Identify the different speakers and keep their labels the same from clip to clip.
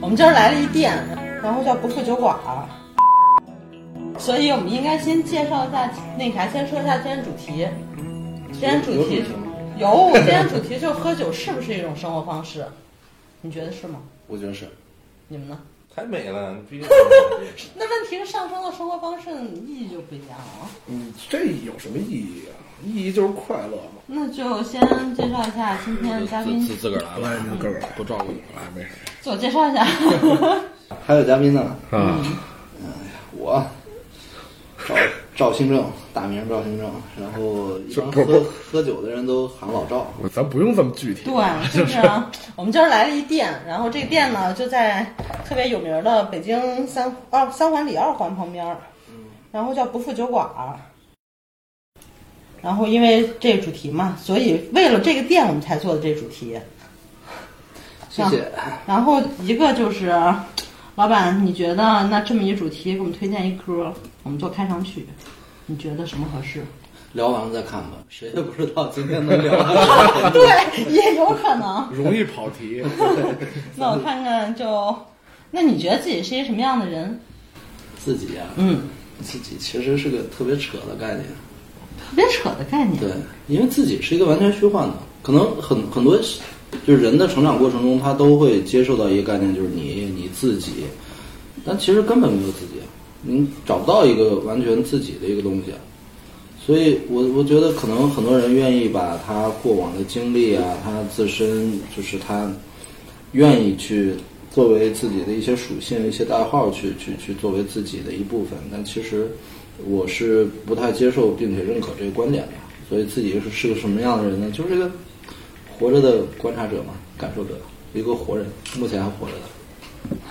Speaker 1: 我们今儿来了一店，然后叫不克酒馆儿，所以我们应该先介绍一下那啥，先说一下今天主题。今天主题有， 今天主题就喝酒是不是一种生活方式？你觉得是吗？
Speaker 2: 我觉得是，
Speaker 1: 你们呢？
Speaker 3: 太美了，你必须
Speaker 1: 那问题是上升到生活方式意义就不一样了。
Speaker 2: 嗯，这有什么意义啊？意义就是快乐嘛。
Speaker 1: 那就先介绍一下今天的嘉宾
Speaker 4: 自，自个儿啊来
Speaker 2: 来，
Speaker 4: 吧，
Speaker 2: 您哥们儿，
Speaker 4: 不照顾你了，哎没事。
Speaker 1: 自我介绍一下。
Speaker 2: 还有嘉宾呢，
Speaker 4: 啊，
Speaker 2: 我赵赵兴正，大名赵兴正，然后一般
Speaker 4: 不
Speaker 2: 喝
Speaker 4: 不
Speaker 2: 喝酒的人都喊老赵。
Speaker 4: 我咱不用这么具 体。
Speaker 1: 对，就是啊，我们今儿来了一店，然后这个店呢就在特别有名的北京三二三环里二环旁边儿，然后叫不负酒馆儿。然后因为这个主题嘛，所以为了这个店我们才做的这主题。
Speaker 2: 谢谢。
Speaker 1: 然后一个就是，老板，你觉得那这么一主题，给我们推荐一歌，我们做开场曲，你觉得什么合 适？
Speaker 2: 聊完了再看吧，谁也不知道今天能聊到 什么。
Speaker 1: 对，也有可能。
Speaker 4: 容易跑题。
Speaker 1: 那我看看就，那你觉得自己是一什么样的人？
Speaker 2: 自己啊，
Speaker 1: 嗯，
Speaker 2: 自己其实是个特别扯的概念。
Speaker 1: 特别扯的概念。
Speaker 2: 对，因为自己是一个完全虚幻的，可能很很多，就是人的成长过程中，他都会接受到一个概念，就是你你自己，但其实根本没有自己，你找不到一个完全自己的一个东西。所以我我觉得可能很多人愿意把他过往的经历啊，他自身就是他愿意去作为自己的一些属性、一些代号去去去作为自己的一部分，但其实我是不太接受并且认可这个观点的。所以自己是是个什么样的人呢？就是一个活着的观察者嘛，感受者，一个活人，目前还活着的。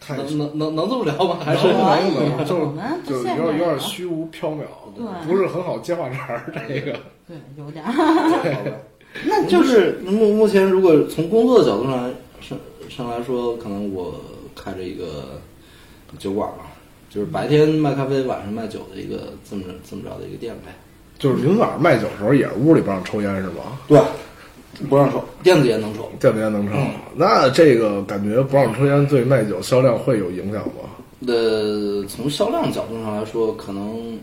Speaker 4: 太
Speaker 2: 能能能能这么聊吗？还
Speaker 4: 还
Speaker 2: 是
Speaker 4: 是
Speaker 1: 能
Speaker 4: 能啊
Speaker 1: 能
Speaker 4: 能，
Speaker 1: 我们
Speaker 4: 就
Speaker 1: 不
Speaker 4: 就
Speaker 1: 限
Speaker 4: 有点
Speaker 1: 制
Speaker 4: 有点
Speaker 1: 了
Speaker 4: 虚无缥缈，
Speaker 1: 对
Speaker 4: 不是很好接话茬儿。这个
Speaker 1: 对，有点儿。
Speaker 4: 好吧
Speaker 1: 那就
Speaker 2: 就是是目目前，如果从工作的角度上来上上来说，可能我开着一个酒馆吧，就是白天卖咖啡，晚上卖酒的一个这么着这么着的一个店呗。
Speaker 4: 就是临晚上卖酒的时候，也是屋里不让抽烟是吧？
Speaker 2: 对，不让抽，电子烟能抽，
Speaker 4: 电子烟能抽，啊那这个感觉不让抽烟对卖酒销量会有影响吗？
Speaker 2: 呃，从销量角度上来说，可能，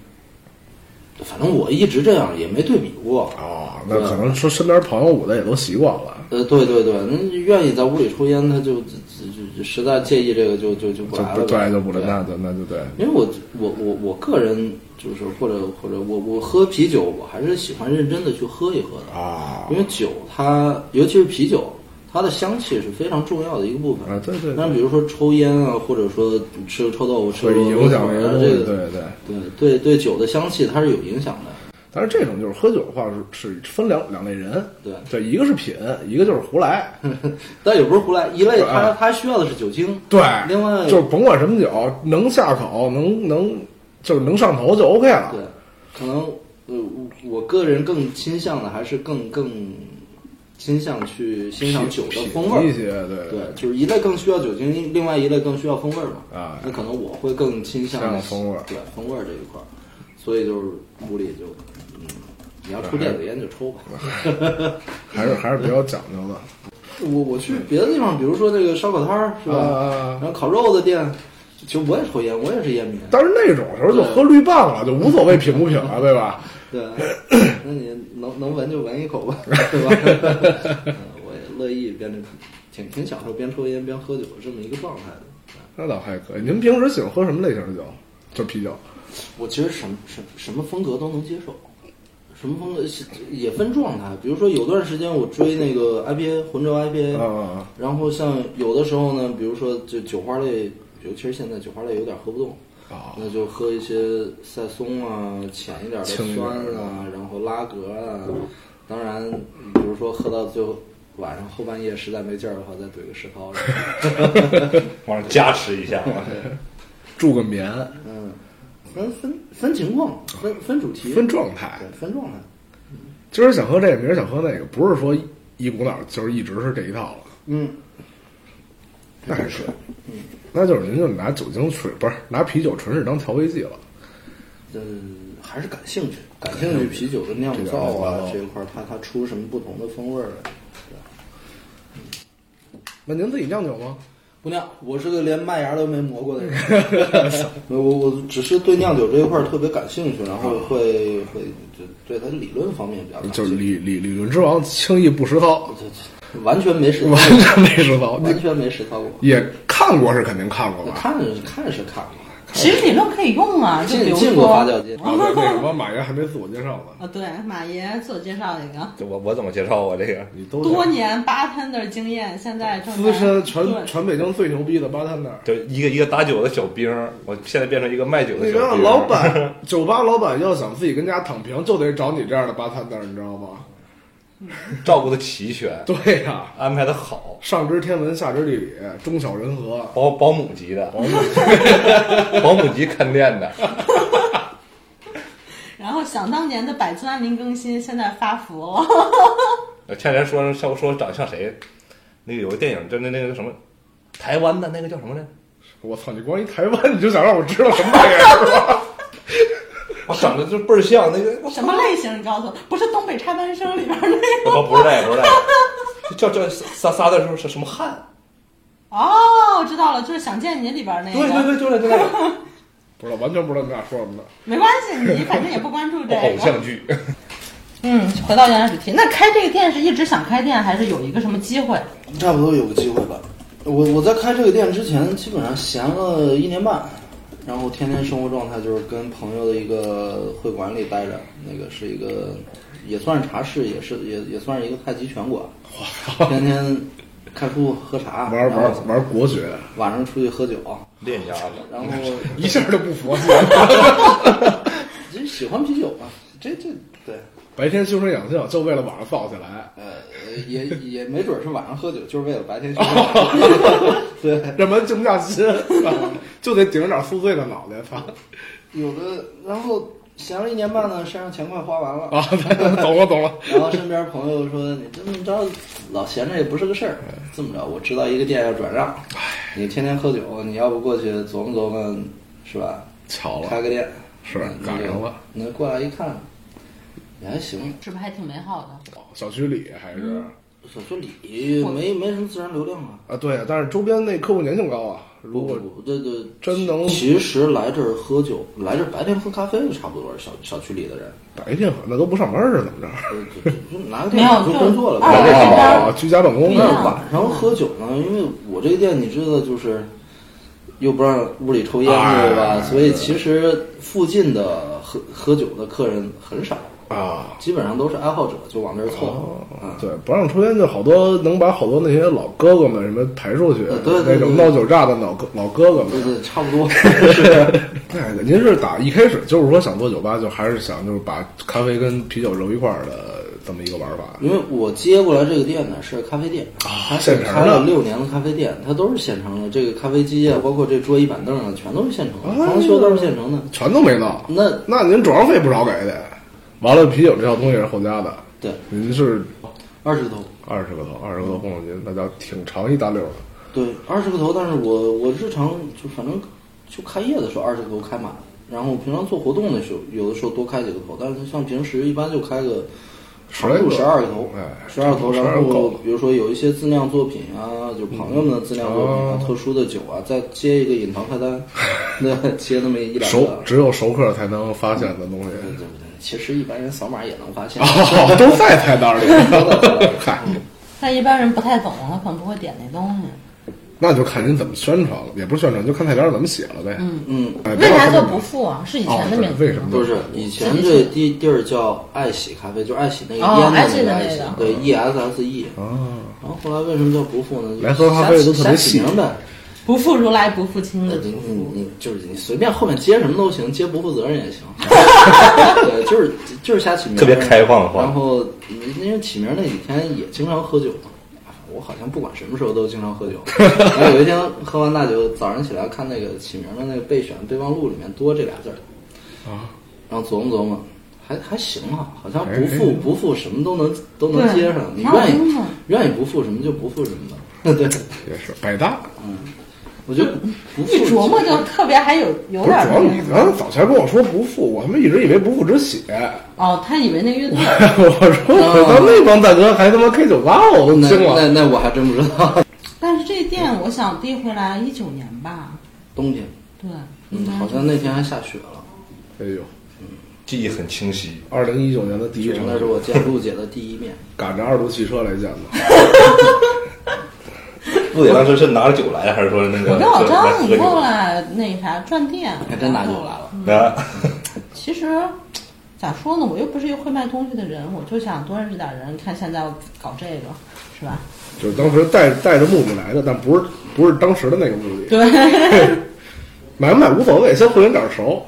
Speaker 2: 反正我一直这样，也没对比过。啊
Speaker 4: 哦，那可能说身边朋友捂的也都习惯了，
Speaker 2: 呃，对对对，人愿意在屋里抽烟，他就就就就实在介意这个，就就就不
Speaker 4: 就
Speaker 2: 来
Speaker 4: 不
Speaker 2: 了呗。
Speaker 4: 对就不了，那就那就对。
Speaker 2: 因为我我我我个人就是或者或者我我喝啤酒，我还是喜欢认真的去喝一喝的，
Speaker 4: 啊
Speaker 2: 因为酒它尤其是啤酒，它的香气是非常重要的一个部分。
Speaker 4: 啊，对对，
Speaker 2: 但
Speaker 4: 对
Speaker 2: 是比如说抽烟啊，或者说吃个臭豆腐，吃
Speaker 4: 会
Speaker 2: 个啊
Speaker 4: 影响
Speaker 2: 这个
Speaker 4: 这些东西，对对。
Speaker 2: 对对对酒的香气它是有影响的。
Speaker 4: 但是这种就是喝酒的话是是分两两类人，
Speaker 2: 对
Speaker 4: 对，一个是品，一个就是胡来，
Speaker 2: 但也不是胡来，一类它
Speaker 4: 啊
Speaker 2: 它需要的是酒精，
Speaker 4: 对，
Speaker 2: 另外
Speaker 4: 就是甭管什么酒，能下口，能能就是能上头就 OK 了，
Speaker 2: 对，可能呃，我我个人更倾向的还是更更倾向去欣赏酒的
Speaker 4: 品
Speaker 2: 风味
Speaker 4: 一
Speaker 2: 儿。
Speaker 4: 些，对
Speaker 2: 对，就是一类更需要酒精，另外一类更需要风味儿嘛。
Speaker 4: 啊
Speaker 2: 那可能我会更倾向
Speaker 4: 像风味儿
Speaker 2: 对风味儿这一块儿，所以就是屋里就，嗯，你要抽电子烟就抽吧。
Speaker 4: 还是还是比较讲究的，
Speaker 2: 我我去别的地方，比如说那个烧烤摊儿是吧？
Speaker 4: 啊
Speaker 2: 然后烤肉的店，其实我也抽烟，我也是烟民。
Speaker 4: 但是那种时候就喝绿棒 了，就无所谓品不品了，对吧？
Speaker 2: 对，啊 那你能能闻就闻一 口吧，对吧？嗯我也乐意边挺挺享受边抽烟边喝酒这么一个状态的。
Speaker 4: 那倒还可以。您平时喜欢喝什么类型的酒？就啤酒，
Speaker 2: 我其实什么什什么风格都能接受，什么风格也分状态。比如说有段时间我追那个 IPA 浑浊 IPA，、
Speaker 4: 啊啊
Speaker 2: 然后像有的时候呢，比如说就酒花类，尤其是现在酒花类有点喝不动，
Speaker 4: 啊啊！
Speaker 2: 那就喝一些赛松啊，浅一点的
Speaker 4: 轻一
Speaker 2: 酸
Speaker 4: 点的
Speaker 2: 啊，然后拉格啊。当然，比如说喝到最后晚上后半夜实在没劲儿的话，再怼个石涛。
Speaker 3: 往上加持一下嘛。
Speaker 4: 助个眠，
Speaker 2: 嗯，分分分情况，分分主题，
Speaker 4: 分状态。
Speaker 2: 对分状态。
Speaker 4: 今儿想喝这个，明儿想喝那个，不是说一一股脑儿就是一直是这一套了。
Speaker 2: 嗯，
Speaker 4: 那还是，嗯那就是您就拿酒精水不是拿啤酒纯是当调味剂了。
Speaker 2: 呃，还是感兴趣，感兴趣啤酒的酿造啊
Speaker 4: 这个
Speaker 2: 啊这一块儿，它它出什么不同的风味儿来？
Speaker 4: 那您自己酿酒吗？
Speaker 2: 不酿，我是个连麦芽都没磨过的人。我我只是对酿酒这一块儿特别感兴趣，然后会会就对它理论方面比较感
Speaker 4: 就是
Speaker 2: 兴趣。
Speaker 4: 理理理论之王，轻易不实操，
Speaker 2: 就就完全没实操
Speaker 4: 完
Speaker 2: 过，
Speaker 4: 全啊没实操。
Speaker 2: 完
Speaker 4: 你
Speaker 2: 全没实操过。
Speaker 4: 也看过是肯定看过吧？
Speaker 2: 看是看是看过，
Speaker 1: 其实理论可以用啊，就比
Speaker 2: 进
Speaker 1: 如
Speaker 2: 进过发酵
Speaker 1: 说
Speaker 2: 机，
Speaker 4: 啊，对，那什么马爷还没自我介绍呢，
Speaker 1: 啊，对，马爷自我介绍一个，
Speaker 3: 这我我怎么介绍我这个？
Speaker 4: 你都
Speaker 1: 多年 bartender 经验，现在正在
Speaker 4: 资深全
Speaker 1: 对
Speaker 4: 全北京最牛逼的吧摊那儿。
Speaker 3: 就一个一个打酒的小兵儿，我现在变成一个卖酒的
Speaker 4: 那
Speaker 3: 小兵
Speaker 4: 个
Speaker 3: 儿。
Speaker 4: 老板， 酒吧老板要想自己跟家躺平，就得找你这样的吧摊那儿，你知道吗？
Speaker 3: 照顾的齐全，
Speaker 4: 对呀、
Speaker 3: 安排的好，
Speaker 4: 上知天文，下知地理，中晓人和。
Speaker 3: 保保姆级的， 保姆级看店的，
Speaker 1: 然后想当年的百钻安林更新，现在发福了。
Speaker 3: 我呃前天说说说长像谁，那个有个电影，就那那个什么，台湾的那个叫什么来？
Speaker 4: 我操，你光一台湾你就想让我知道什么玩意儿是吧？
Speaker 3: 我长得就倍儿像那个，我
Speaker 1: 什么类型？你告诉我，不是东北插班生里边那个
Speaker 3: 我不是那个，不是那 个，叫叫仨仨的时候是什么汉？
Speaker 1: 哦，我知道了，就是想见你里边那个。
Speaker 3: 对对对，就是那个
Speaker 4: 不知道，完全不知道你俩说什么呢。
Speaker 1: 没关系，你反正也不关注这
Speaker 3: 偶
Speaker 1: 个。
Speaker 3: 像剧。
Speaker 1: 嗯，回到原来主题，那开这个店是一直想开店，还是有一个什么机会？
Speaker 2: 差不多有个机会吧。我我在开这个店之前，基本上闲了一年半，然后天天生活状态就是跟朋友的一个会馆里待着，那个是一个也算是茶室，也是也也算是一个太极拳馆，天天看书喝茶，
Speaker 4: 玩
Speaker 2: 然后
Speaker 4: 玩玩国学，
Speaker 2: 晚上出去喝酒，
Speaker 3: 练鸭子，
Speaker 2: 然后
Speaker 4: 一下就不佛系。
Speaker 2: 就喜欢啤酒嘛，这这对。
Speaker 4: 白天修身养性，就为了晚上燥起来，
Speaker 2: 呃，也也没准是晚上喝酒，就是为了白天去喝。 对，
Speaker 4: 让人静不下心，啊就得顶着点宿醉的脑袋，操！
Speaker 2: 有的，然后闲了一年半呢，身上钱快花完了，
Speaker 4: 啊，懂了懂了，
Speaker 2: 然后身边朋友说：“你这么着老闲着也不是个事儿，这么着，我知道一个店要转让，你天天喝酒，你要不过去琢磨琢磨，是吧？
Speaker 4: 巧
Speaker 2: 开
Speaker 4: 了，
Speaker 2: 个店
Speaker 4: 是
Speaker 2: 嗯
Speaker 4: 赶上了。
Speaker 2: 那过来一看，也还行，
Speaker 1: 是不是还挺美好的？
Speaker 4: 小区里还是
Speaker 2: 小区里没没什么自然流量啊。
Speaker 4: 啊，对，但是周边那客户粘性高啊，如果
Speaker 2: 不不对对，
Speaker 4: 真能
Speaker 2: 其实来这儿喝酒，来这儿白天喝咖啡就差不多了。小小区里的人，
Speaker 4: 白天好像那都不上班是怎么着？
Speaker 2: 呃就就就拿个电脑
Speaker 1: 没有
Speaker 2: 就
Speaker 1: 就
Speaker 2: 工作了。
Speaker 1: 二
Speaker 2: 白
Speaker 1: 对
Speaker 2: 天
Speaker 1: 十
Speaker 2: 喝
Speaker 1: 八
Speaker 4: 哦，居家办公
Speaker 1: 对
Speaker 2: 但
Speaker 1: 啊
Speaker 2: 是晚上喝酒呢，因为我这个店你知道，就是又不让屋里抽烟，
Speaker 4: 哎
Speaker 2: 对吧？所以其实附近的喝喝酒的客人很少，
Speaker 4: 啊。
Speaker 2: 基本上都是爱好者，就往这儿凑
Speaker 4: 哦
Speaker 2: 啊。，
Speaker 4: 对，不让抽烟就好多能把好多那些老哥哥们什么排出去，
Speaker 2: 呃对对
Speaker 4: 那种
Speaker 2: 对
Speaker 4: 闹酒炸的老哥老哥哥
Speaker 2: 对
Speaker 4: 们。
Speaker 2: 对，差不多。 是
Speaker 4: 那个您是打一开始就是说想做酒吧，就还是想就是把咖啡跟啤酒揉一块儿的这么一个玩法？
Speaker 2: 因为我接过来这个店呢是咖啡店，它是
Speaker 4: 啊现成的
Speaker 2: 开了六年的咖啡店，它都是现成的。这个咖啡机啊，包括这桌椅板凳啊，全都是现成
Speaker 4: 哎
Speaker 2: 的，装修都是现成的。
Speaker 4: 全都没闹，
Speaker 2: 那
Speaker 4: 那您主要费不少给的。完了，啤酒这套东西是后加的，
Speaker 2: 对
Speaker 4: 您是
Speaker 2: 二十个头，
Speaker 4: 二十个头，二十个头蹦蹦斤，那叫挺长一大溜儿的。
Speaker 2: 对二十个头，但是我我日常就反正就开业的时候二十个头开满，然后平常做活动的时候，有的时候多开几个头，但是像平时一般就开个
Speaker 4: 十来个
Speaker 2: 十二个头，
Speaker 4: 哎，
Speaker 2: 十二头，
Speaker 4: 12
Speaker 2: 然
Speaker 4: 够
Speaker 2: 后
Speaker 4: 了
Speaker 2: 比如说有一些自酿作品啊，就朋友们的自酿作品啊
Speaker 4: 哦，
Speaker 2: 特殊的酒啊，再接一个隐藏菜 单，那接那么一两
Speaker 4: 熟
Speaker 2: 个。
Speaker 4: 只有熟客才能发现的东西，
Speaker 2: 对对对，其实一般人扫码也能发现。
Speaker 4: 哦，都在菜单里。嗨，
Speaker 1: 但一般人不太懂，他可能不会点那东西。
Speaker 4: 那就看您怎么宣传了，也不是宣传，就看菜单怎么写了呗。
Speaker 1: 嗯，
Speaker 2: 嗯，
Speaker 4: 哎，
Speaker 1: 为啥
Speaker 4: 叫
Speaker 1: 叫不付啊？是以
Speaker 4: 哦
Speaker 1: 前的
Speaker 4: 对
Speaker 1: 名字。
Speaker 4: 为什么
Speaker 2: 不是以前这地地儿叫爱喜咖啡，就是爱喜那个
Speaker 1: 哦
Speaker 2: 烟
Speaker 1: 爱喜的
Speaker 2: 那个爱
Speaker 1: 那
Speaker 2: 喜
Speaker 1: 个，
Speaker 2: 对 E S S E。
Speaker 4: 啊？
Speaker 2: 然后后来为什么叫不富呢？
Speaker 4: 来喝咖啡都特别细
Speaker 2: 起名呗。
Speaker 1: 不负如来不负卿
Speaker 2: 呃
Speaker 1: 的
Speaker 2: 你你你就是你随便后面接什么都行，接不负责任 也行。对，就是就是瞎起名，
Speaker 3: 特别开放化
Speaker 2: 然后你因为起名那几天也经常喝酒嘛，我好像不管什么时候都经常 喝酒。然后有一天喝完大酒，早上起来看那个起名的那个备选备忘录里面多这俩字儿
Speaker 4: 啊，
Speaker 2: 然后琢磨琢磨，还还行啊，好像
Speaker 4: 哎
Speaker 2: 不负
Speaker 4: 哎
Speaker 2: 不负什么都能都能接上，你
Speaker 1: 挺好
Speaker 2: 愿意
Speaker 1: 听的
Speaker 2: 愿意不负什么就不负什么吧。 对，
Speaker 4: 也是百搭。
Speaker 2: 我觉得 不负
Speaker 1: 一琢磨就特别，还有有
Speaker 4: 不是
Speaker 1: 点
Speaker 4: 主要你
Speaker 1: 那个
Speaker 4: 刚才早前跟我说不付，我他妈一直以为不付只写。
Speaker 1: 哦，他以为那乐队 嗯
Speaker 4: 我说，我当那帮大哥还他妈开酒吧，我都
Speaker 2: 那
Speaker 4: 惊了。
Speaker 2: 那那我还真不知道。
Speaker 1: 但是这店我想递回来一九年吧，
Speaker 2: 冬天，
Speaker 1: 对，
Speaker 2: 嗯，好像那天还下雪了。
Speaker 4: 哎呦，
Speaker 3: 记忆很清晰。
Speaker 4: 二零一九年的第一场
Speaker 2: 那是我 见陆姐的第一面，
Speaker 4: 赶着二路汽车来见的，
Speaker 3: 陆姐当时是拿着酒来，还是说那个？
Speaker 1: 我跟老
Speaker 3: 来
Speaker 1: 张
Speaker 3: 喝
Speaker 1: 以
Speaker 3: 酒
Speaker 1: 后来那啥转店，
Speaker 2: 还真拿酒
Speaker 1: 然后
Speaker 2: 来了。
Speaker 3: 啊，
Speaker 1: 其实咋说呢，我又不是一个会卖东西的人，我就想多认识点人。看现在搞这个，是吧？
Speaker 4: 就是当时带带着目的来的，但不是不是当时的那个目的。
Speaker 1: 对，
Speaker 4: 买不买无所谓，先混人点熟。
Speaker 1: 哦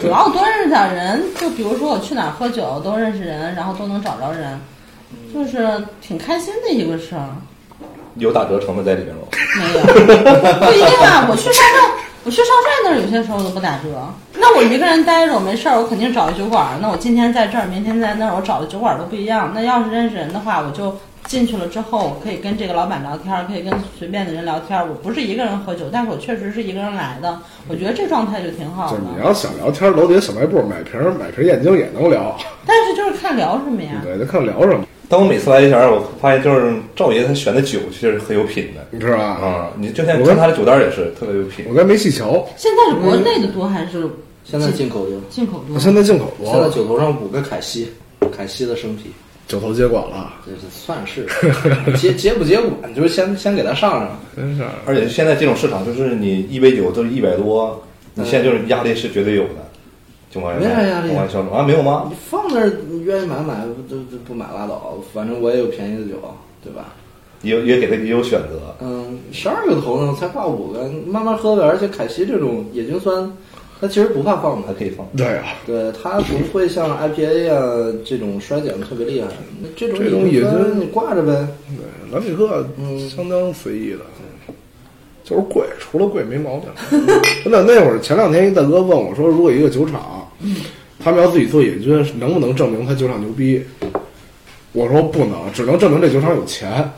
Speaker 1: 主要多认识点人，就比如说我去哪儿喝酒都认识人，然后都能找着人，就是挺开心的一个事儿。
Speaker 3: 有打折成分在里面吗？
Speaker 1: 没有，不一定啊。我去商帅，我去商帅那儿有些时候都不打折。那我一个人待着，我没事儿，我肯定找一酒馆儿。那我今天在这儿，明天在那儿，我找的酒馆儿都不一样。那要是认识人的话，我就进去了之后，我可以跟这个老板聊天儿，可以跟随便的人聊天儿。我不是一个人喝酒，但是我确实是一个人来的，我觉得这状态就挺好
Speaker 4: 就
Speaker 1: 的
Speaker 4: 是。你要想聊天，楼底下小卖部买瓶买瓶燕京也能聊，
Speaker 1: 但是就是看聊什么呀。
Speaker 4: 对，就看聊什么，
Speaker 3: 但我每次来一前儿，我发现就是赵爷他选的酒确实很有品的
Speaker 4: 你知道吧？
Speaker 3: 啊。你就现在看他的酒单也是特别有品
Speaker 4: 我，刚没细瞧，
Speaker 1: 现在是国内的多还是
Speaker 2: 现在进口酒，
Speaker 1: 进口多
Speaker 4: 我？现在进口多
Speaker 2: 现在
Speaker 4: 了，
Speaker 2: 酒头上补个凯西，凯西的生啤，
Speaker 4: 九头接管了，
Speaker 2: 这是算 是接接不接管，就是先先给它上上。
Speaker 4: 真是。
Speaker 3: 而且现在这种市场就是你一杯酒都是一百多，你现在就是压力是绝对有的。就往
Speaker 2: 嗯没啥压力啊
Speaker 3: 往销售啊，没有吗？
Speaker 2: 你放那儿，你愿意买买，就就不买拉倒，反正我也有便宜的酒，对吧？
Speaker 3: 也也给他也有选择，
Speaker 2: 嗯，十二个头呢，才挂五个，慢慢喝呗。而且凯西这种野精酸，它其实不怕放的
Speaker 3: 还，可以放。
Speaker 4: 对啊，
Speaker 2: 对，它不会像 IPA 啊这种衰减得特别厉害。那这种
Speaker 4: 这种
Speaker 2: 野
Speaker 4: 野
Speaker 2: 精酸
Speaker 4: 精
Speaker 2: 你挂着呗，
Speaker 4: 对，兰比克
Speaker 2: 嗯
Speaker 4: 相当随意的，就是贵，除了贵没毛病。 真的，那会儿前两天一大哥问我说，如果一个酒厂，他们要自己做野菌，能不能证明他酒厂牛逼？我说不能，只能证明这酒厂有钱。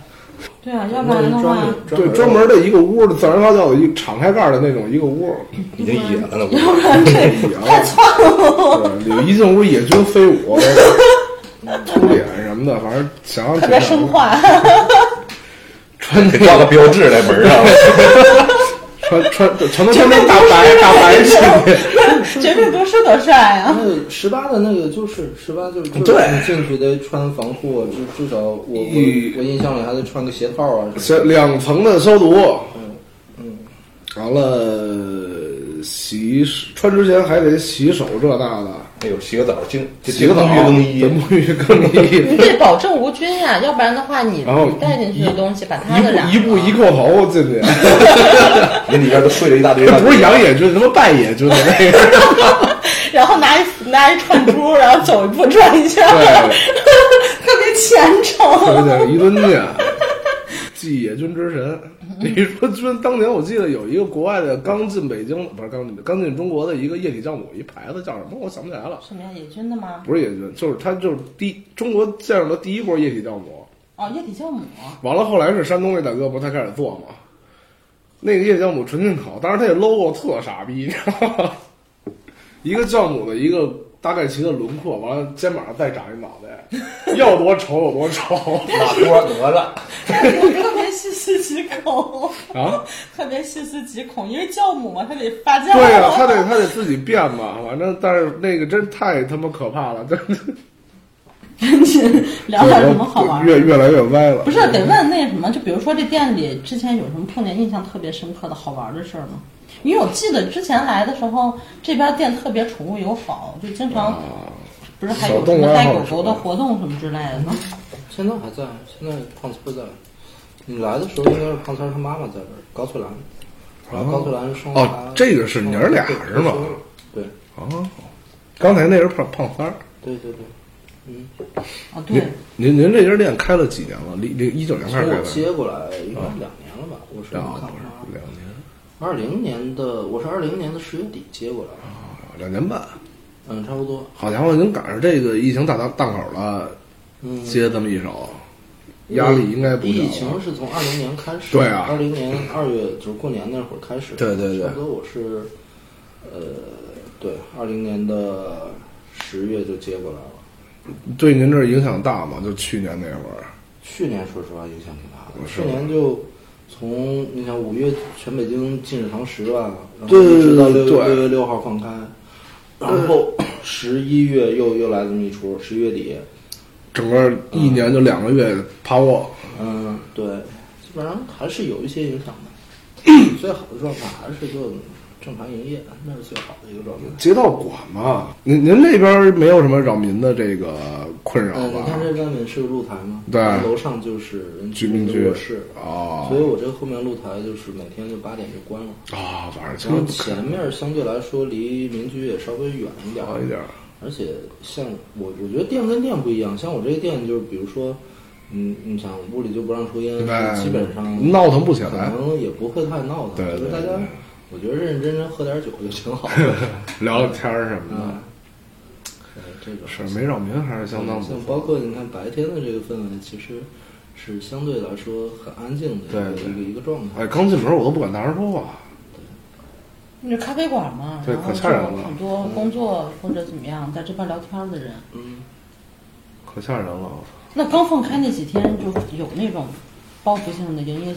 Speaker 1: 对啊，要不然的
Speaker 2: 那
Speaker 1: 话
Speaker 2: 专，门
Speaker 4: 对，专门的一个屋，自然发酵的一敞开盖儿的那种一个屋，
Speaker 3: 已经
Speaker 2: 啊
Speaker 3: 野了呢，
Speaker 1: 要不然这
Speaker 4: 野了。对，里一进屋野菌飞舞， 秃脸什么的，反正想想
Speaker 1: 特
Speaker 4: 挺
Speaker 1: 别
Speaker 4: 好
Speaker 1: 生化。
Speaker 4: 穿
Speaker 3: 给挂个标志在门上。
Speaker 4: 穿穿全都穿那大白大白去。
Speaker 1: 绝命毒师多帅啊！
Speaker 2: 那十八的那个就是十八，就是就是
Speaker 4: 对
Speaker 2: 你进去得穿防护，啊至至少我我
Speaker 4: 嗯
Speaker 2: 我印象里还得穿个鞋套啊什么 的。
Speaker 4: 先两层的消毒，
Speaker 2: 嗯嗯，
Speaker 4: 完了洗穿之前还得洗手，这那的，
Speaker 3: 哎呦，洗个澡，精
Speaker 4: 洗个澡，
Speaker 3: 浴更 衣，
Speaker 4: 对沐浴更
Speaker 1: 你
Speaker 4: 衣，
Speaker 1: 得保证无菌呀、要不然的话你，
Speaker 4: 然后
Speaker 1: 你带进去的东西把它的染
Speaker 4: 一步一步一叩头进 去，
Speaker 3: 那里边都睡了一大堆
Speaker 4: 这
Speaker 3: 人。
Speaker 4: 不是养野菌，他妈败野菌的那个。
Speaker 1: 然后拿一拿一串珠，然后走一步转一下，
Speaker 4: 对
Speaker 1: 特别虔
Speaker 4: 对
Speaker 1: 诚。
Speaker 4: 对，一吨见，继野军之神。
Speaker 3: 嗯
Speaker 4: 你说军，当年我记得有一个国外的刚进北京，不是刚进刚进中国的一个液体酵母，一牌子叫什么？我想不起来了。
Speaker 1: 什么呀？野菌的吗？
Speaker 4: 不是野菌，就是它就是第中国见着的第一波液体酵母。
Speaker 1: 哦，液体酵母。
Speaker 4: 完了，后来是山东那大哥不是他开始做吗？那个液体酵母纯进口，当时他这 logo 特傻逼， 你知道吗？一个酵母的一个大概其的轮廓，完了肩膀上再长一脑袋，要多丑有多丑
Speaker 3: 哪锅哪吒？
Speaker 1: 我特别细思极恐，
Speaker 4: 啊！
Speaker 1: 特别细思极恐，因为酵母嘛，它得发酵。
Speaker 4: 对呀、他得他得自己变嘛，反正但是那个真太他妈可怕了，真的。
Speaker 1: 赶紧聊点什么好玩儿。
Speaker 4: 越越来越歪了。
Speaker 1: 不是得问那什么？就比如说这店里之前有什么碰见印象特别深刻的好玩的事儿吗？因为我记得之前来的时候，这边店特别宠物友好，就经常不是还有
Speaker 4: 啊小
Speaker 1: 什
Speaker 4: 动物嗯
Speaker 1: 么
Speaker 4: 爱
Speaker 1: 带
Speaker 4: 好
Speaker 1: 狗
Speaker 4: 是
Speaker 1: 狗的
Speaker 4: 吧
Speaker 1: 活动什么之类的呢？
Speaker 2: 现在还在，现在胖三儿在。你来的时候应该是胖三儿他妈妈在这儿，高翠兰，然后高翠兰生
Speaker 4: 哦这个是娘儿俩是吗？
Speaker 2: 对
Speaker 4: 哦，刚才那是胖胖三儿。
Speaker 2: 对对对，嗯，
Speaker 1: 啊，对
Speaker 4: 您，您您这家店开了几年了？零零一九年
Speaker 2: 从
Speaker 4: 开始开
Speaker 2: 我
Speaker 4: 的，
Speaker 2: 接过来应
Speaker 4: 哦
Speaker 2: 该两年了吧？我是
Speaker 4: 然后
Speaker 2: 看过来
Speaker 4: 两年
Speaker 2: 二零年的，我是二零年的十月底接过来，
Speaker 4: 啊，两年半。
Speaker 2: 嗯，差不多，
Speaker 4: 好家伙，您赶上这个疫情大档档口了，
Speaker 2: 嗯，
Speaker 4: 接这么一手，压力应该不
Speaker 2: 疫
Speaker 4: 小
Speaker 2: 情
Speaker 4: 吧。
Speaker 2: 是从二零年开始，
Speaker 4: 对啊
Speaker 2: 二零年二月就是过年那会儿开始，
Speaker 4: 对对对
Speaker 2: 差不多我是，呃，对，二零年的十月就接过来了。
Speaker 4: 对您这影响大吗？就去年那会儿，
Speaker 2: 去年说实话影响挺大的，
Speaker 4: 是
Speaker 2: 去年就从你想五月全北京禁止堂食吧，然后
Speaker 4: 对
Speaker 2: 一直到六
Speaker 4: 对
Speaker 2: 六月六号放开，然后十一月又又来这么一出，十一月底，
Speaker 4: 整个一年就两个月趴窝，
Speaker 2: 嗯，对，基本上还是有一些影响 的。最好的状态还是就正常营业，那是最好的一个状态。
Speaker 4: 街道管嘛。您您那边没有什么扰民的这个困扰
Speaker 2: 嗯，你看这
Speaker 4: 吧？
Speaker 2: 外面是个露台嘛，
Speaker 4: 对
Speaker 2: 然后楼上就是人
Speaker 4: 居民
Speaker 2: 的
Speaker 4: 区
Speaker 2: 卧室，
Speaker 4: 哦
Speaker 2: 所以我这后面露台就是每天就八点就关了。
Speaker 4: 啊，晚上
Speaker 2: 然后
Speaker 4: 真不
Speaker 2: 前面相对来说离邻居也稍微远一点，
Speaker 4: 好一点儿。
Speaker 2: 而且像我，我觉得店跟店不一样，像我这个店就是，比如说，嗯，你想屋里就不让抽烟，
Speaker 4: 对
Speaker 2: 基本上
Speaker 4: 闹腾不起来
Speaker 2: 可能也不会太闹腾，
Speaker 4: 对对
Speaker 2: 就是大
Speaker 4: 对
Speaker 2: 家
Speaker 4: 对，
Speaker 2: 我觉得认认真真喝点酒就挺好的，
Speaker 4: 聊聊天儿什么的
Speaker 2: 啊，，对呃这个
Speaker 4: 是哎没扰民还是相当不
Speaker 2: 像包
Speaker 4: 错。
Speaker 2: 括你看白天的这个氛围，其实是相对来说很安静的一个
Speaker 4: 对对
Speaker 2: 一个一个状态。
Speaker 4: 哎，刚进门我都不敢大声说话。
Speaker 1: 那咖啡馆嘛，
Speaker 4: 对
Speaker 1: 然后
Speaker 4: 可吓人
Speaker 1: 就
Speaker 4: 了
Speaker 1: 很多工作或者怎么样在这边聊天的人，
Speaker 2: 嗯，
Speaker 4: 可吓人了。
Speaker 1: 那刚放开那几天就有那种报复性的营业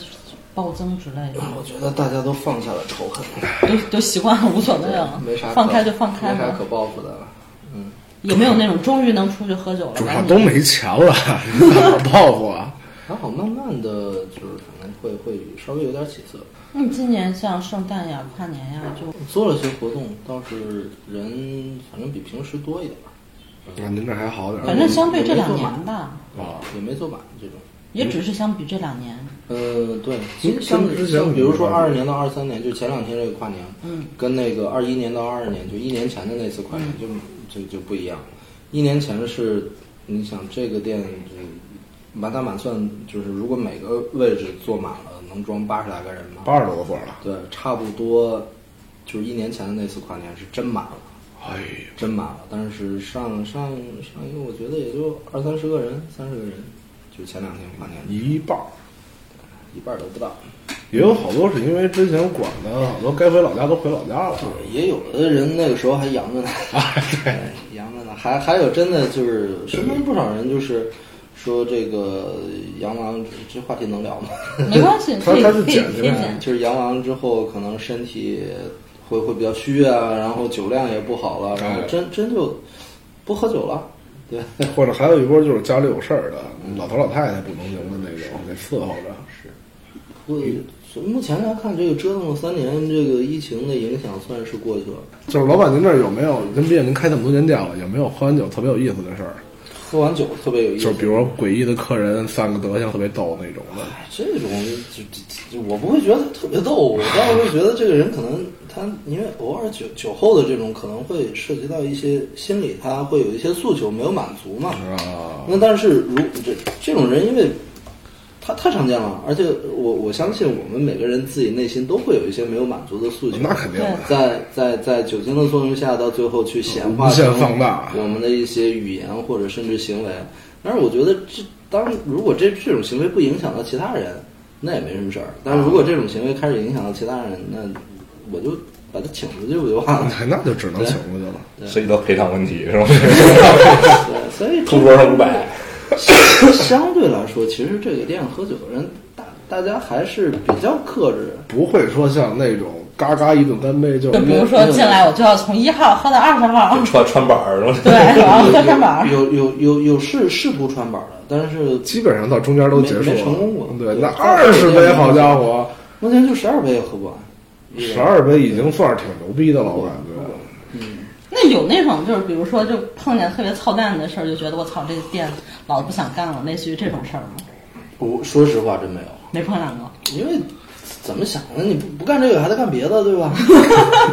Speaker 1: 暴增之类的，
Speaker 2: 我觉得大家都放下了仇 恨，
Speaker 1: 都都习惯了，无所谓
Speaker 4: 啊
Speaker 1: 了，
Speaker 2: 没啥可
Speaker 1: 放开就放开
Speaker 2: 没啥可
Speaker 1: 了，
Speaker 2: 报复的了。嗯，
Speaker 1: 有没有那种终于能出去喝酒了？
Speaker 4: 主要
Speaker 1: 赶紧
Speaker 4: 都没钱了，你咋报复啊？
Speaker 2: 还好，慢慢的就是可能会会稍微有点起色。
Speaker 1: 那你今年像圣诞呀、跨年呀，就
Speaker 2: 做了些活动，倒是人反正比平时多一点儿，
Speaker 4: 啊，您这还好点儿。
Speaker 1: 反正相对这两年吧，
Speaker 4: 啊，
Speaker 2: 也没做满这种。
Speaker 1: 也只是相比这两年，
Speaker 2: 呃，对，其实
Speaker 4: 跟
Speaker 2: 像
Speaker 4: 跟之前
Speaker 2: 像比如说
Speaker 4: 我们
Speaker 2: 二二年到二三年，就前两天这个跨年，
Speaker 1: 嗯，
Speaker 2: 跟那个二一年到二二年，就一年前的那次跨年，
Speaker 4: 嗯
Speaker 2: 就就就不一样。一年前是，你想这个店就是满打满算，就是如果每个位置坐满了，能装八十来个人嘛，
Speaker 4: 八十多个座儿了。
Speaker 2: 对，差不多就是一年前的那次跨年是真满了，
Speaker 4: 哎呦，
Speaker 2: 真满了。但是上上上一个，我觉得也就二三十个人，三十个人，就前两天跨年
Speaker 4: 一半儿，
Speaker 2: 一半儿都不到。
Speaker 4: 也有好多是因为之前管的，好多该回老家都回老家了。
Speaker 2: 也有的人那个时候还阳 着呢，
Speaker 4: 啊
Speaker 2: 哎阳着呢，还还有真的就是身边不少人就是说这个阳完这这话题能聊吗？嗯
Speaker 1: 没关系，
Speaker 4: 他
Speaker 1: 可以
Speaker 4: 他是
Speaker 1: 可以
Speaker 4: 剪的
Speaker 1: 可以
Speaker 4: 呗
Speaker 1: 剪。
Speaker 2: 就是阳完之后可能身体会会比较虚啊，然后酒量也不好了，然后
Speaker 4: 哎
Speaker 2: 真真就不喝酒了，对，
Speaker 4: 或者还有一波就是家里有事儿的，老头老太太不能行的那种，得伺候着。
Speaker 2: 我
Speaker 4: 嗯
Speaker 2: 目前来看，这个折腾了三年，这个疫情的影响算是过去了。
Speaker 4: 就是老板，您这儿有没有？您毕竟您开这么多年店了，有没有喝完酒特别有意思的事儿？
Speaker 2: 喝完酒特别有意思，
Speaker 4: 就是比如说诡异的客人，三个德行特别逗那种的。
Speaker 2: 哎，这种就就就我不会觉得特别逗，我倒是觉得这个人可能他因为偶尔酒酒后的这种可能会涉及到一些心理，他会有一些诉求没有满足嘛。
Speaker 4: 啊，
Speaker 2: 那但是如这这种人，因为他太常见了，而且我我相信我们每个人自己内心都会有一些没有满足的诉求。
Speaker 4: 那肯定的。
Speaker 2: 在在在酒精的作用下，到最后去显化
Speaker 4: 嗯无限
Speaker 2: 成
Speaker 4: 放大
Speaker 2: 我们的一些语言或者甚至行为。但是我觉得这当如果这这种行为不影响到其他人，那也没什么事儿。但是如果这种行为开始影响到其他人，那我就把他请出去不就完 了？
Speaker 4: 哎那就只能请过去了。
Speaker 3: 涉及到赔偿问题是吧？
Speaker 2: 对，所以
Speaker 3: 同桌上五百，
Speaker 2: 相对来说，其实这个店喝酒的人大大家还是比较克制。
Speaker 4: 不会说像那种嘎嘎一顿干杯就
Speaker 1: 就比如说进来我就要从一号喝到二十 号，
Speaker 3: 穿穿板儿是
Speaker 1: 对，
Speaker 3: 吧？
Speaker 1: 然后喝上板儿。
Speaker 2: 有有有有有试试图穿板儿的，但是
Speaker 4: 基本上到中间都结束
Speaker 2: 没没成功过
Speaker 4: 了。对，
Speaker 2: 对
Speaker 4: 那二十杯，好家伙，
Speaker 2: 目前就十二杯也喝不完。一人
Speaker 4: 十二杯已经算是挺牛逼的了，我感觉。
Speaker 1: 那有那种就是比如说就碰见特别操蛋的事儿，就觉得我操这店老子不想干了，类似于这种事儿吗？
Speaker 2: 我说实话，真没有，
Speaker 1: 没碰上过。
Speaker 2: 因为怎么想呢？你不不干这个，还得干别的，对 吧？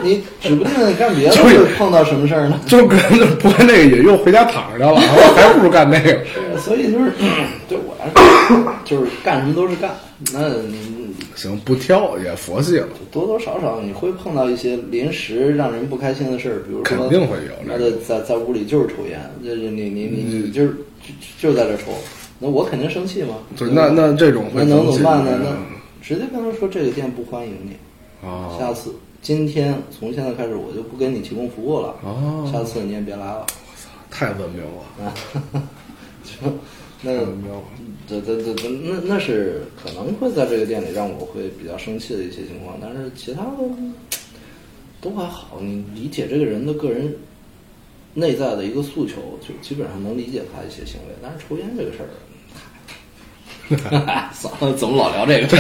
Speaker 2: 你指不定你干别的
Speaker 4: 就是
Speaker 2: 会碰到什么事儿呢。
Speaker 4: 就跟不跟那个也用回家躺着去了，还不如干那个。
Speaker 2: 所以就是 对我来说，就是干什么都是干。那你
Speaker 4: 行，不挑也佛系了。
Speaker 2: 多多少少你会碰到一些临时让人不开心的事儿，比如说
Speaker 4: 肯定会有嗯
Speaker 2: 那
Speaker 4: 这个
Speaker 2: 在在在屋里就是抽烟，就是你你你你就是就就在这抽，那我肯定生气嘛。
Speaker 4: 就是那那这种
Speaker 2: 那
Speaker 4: 会
Speaker 2: 能怎么办呢？
Speaker 4: 增进
Speaker 2: 那直接跟他说这个店不欢迎你，
Speaker 4: 啊，
Speaker 2: 下次今天从现在开始我就不给你提供服务了，
Speaker 4: 哦
Speaker 2: 下次你也别来了。
Speaker 4: 太文明
Speaker 2: 啊，
Speaker 4: 了。
Speaker 2: 就那
Speaker 4: 嗯
Speaker 2: 这这这这那那是可能会在这个店里让我会比较生气的一些情况，但是其他的都还好。你理解这个人的个人内在的一个诉求，就基本上能理解他一些行为。但是抽烟这个事儿， 算了，怎么老聊这个？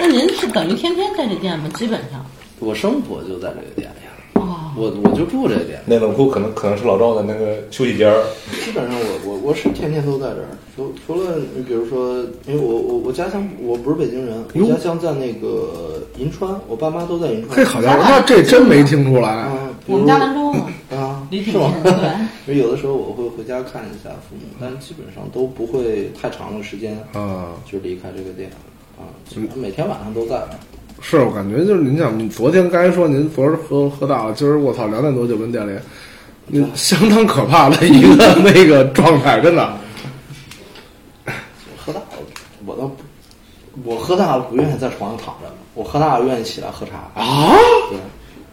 Speaker 1: 那您是等于天天在这店吗？基本上。
Speaker 2: 我生活就在这个店里，
Speaker 4: 啊
Speaker 1: 哦，
Speaker 2: 我我就住这个店里。
Speaker 3: 那冷库可能可能是老赵的那个休息间儿，
Speaker 2: 基本上我我我是天天都在这儿，除除了比如说，因为我我我家乡我不是北京人，我
Speaker 4: 哟
Speaker 2: 家乡在那个银川，我爸妈都在银川。
Speaker 4: 嘿，好家伙，那这真没听出来。
Speaker 2: 啊，比
Speaker 1: 我们
Speaker 2: 如
Speaker 1: 家兰州呢，
Speaker 2: 啊，
Speaker 1: 离挺
Speaker 2: 是吗
Speaker 1: 近的对？
Speaker 2: 因为有的时候我会回家看一下父母，但是基本上都不会太长的时间
Speaker 4: 啊，
Speaker 2: 就离开这个店啊，基
Speaker 4: 嗯
Speaker 2: 本上每天晚上都在。
Speaker 4: 是我感觉就是您想，你昨天刚才说您昨儿喝喝大了，今儿我操两点多就跟店里，你相当可怕的一 个那个状态，真的。
Speaker 2: 喝大了，我倒不，我喝大了不愿意在床上躺着，我喝大了愿意起来喝茶啊，对，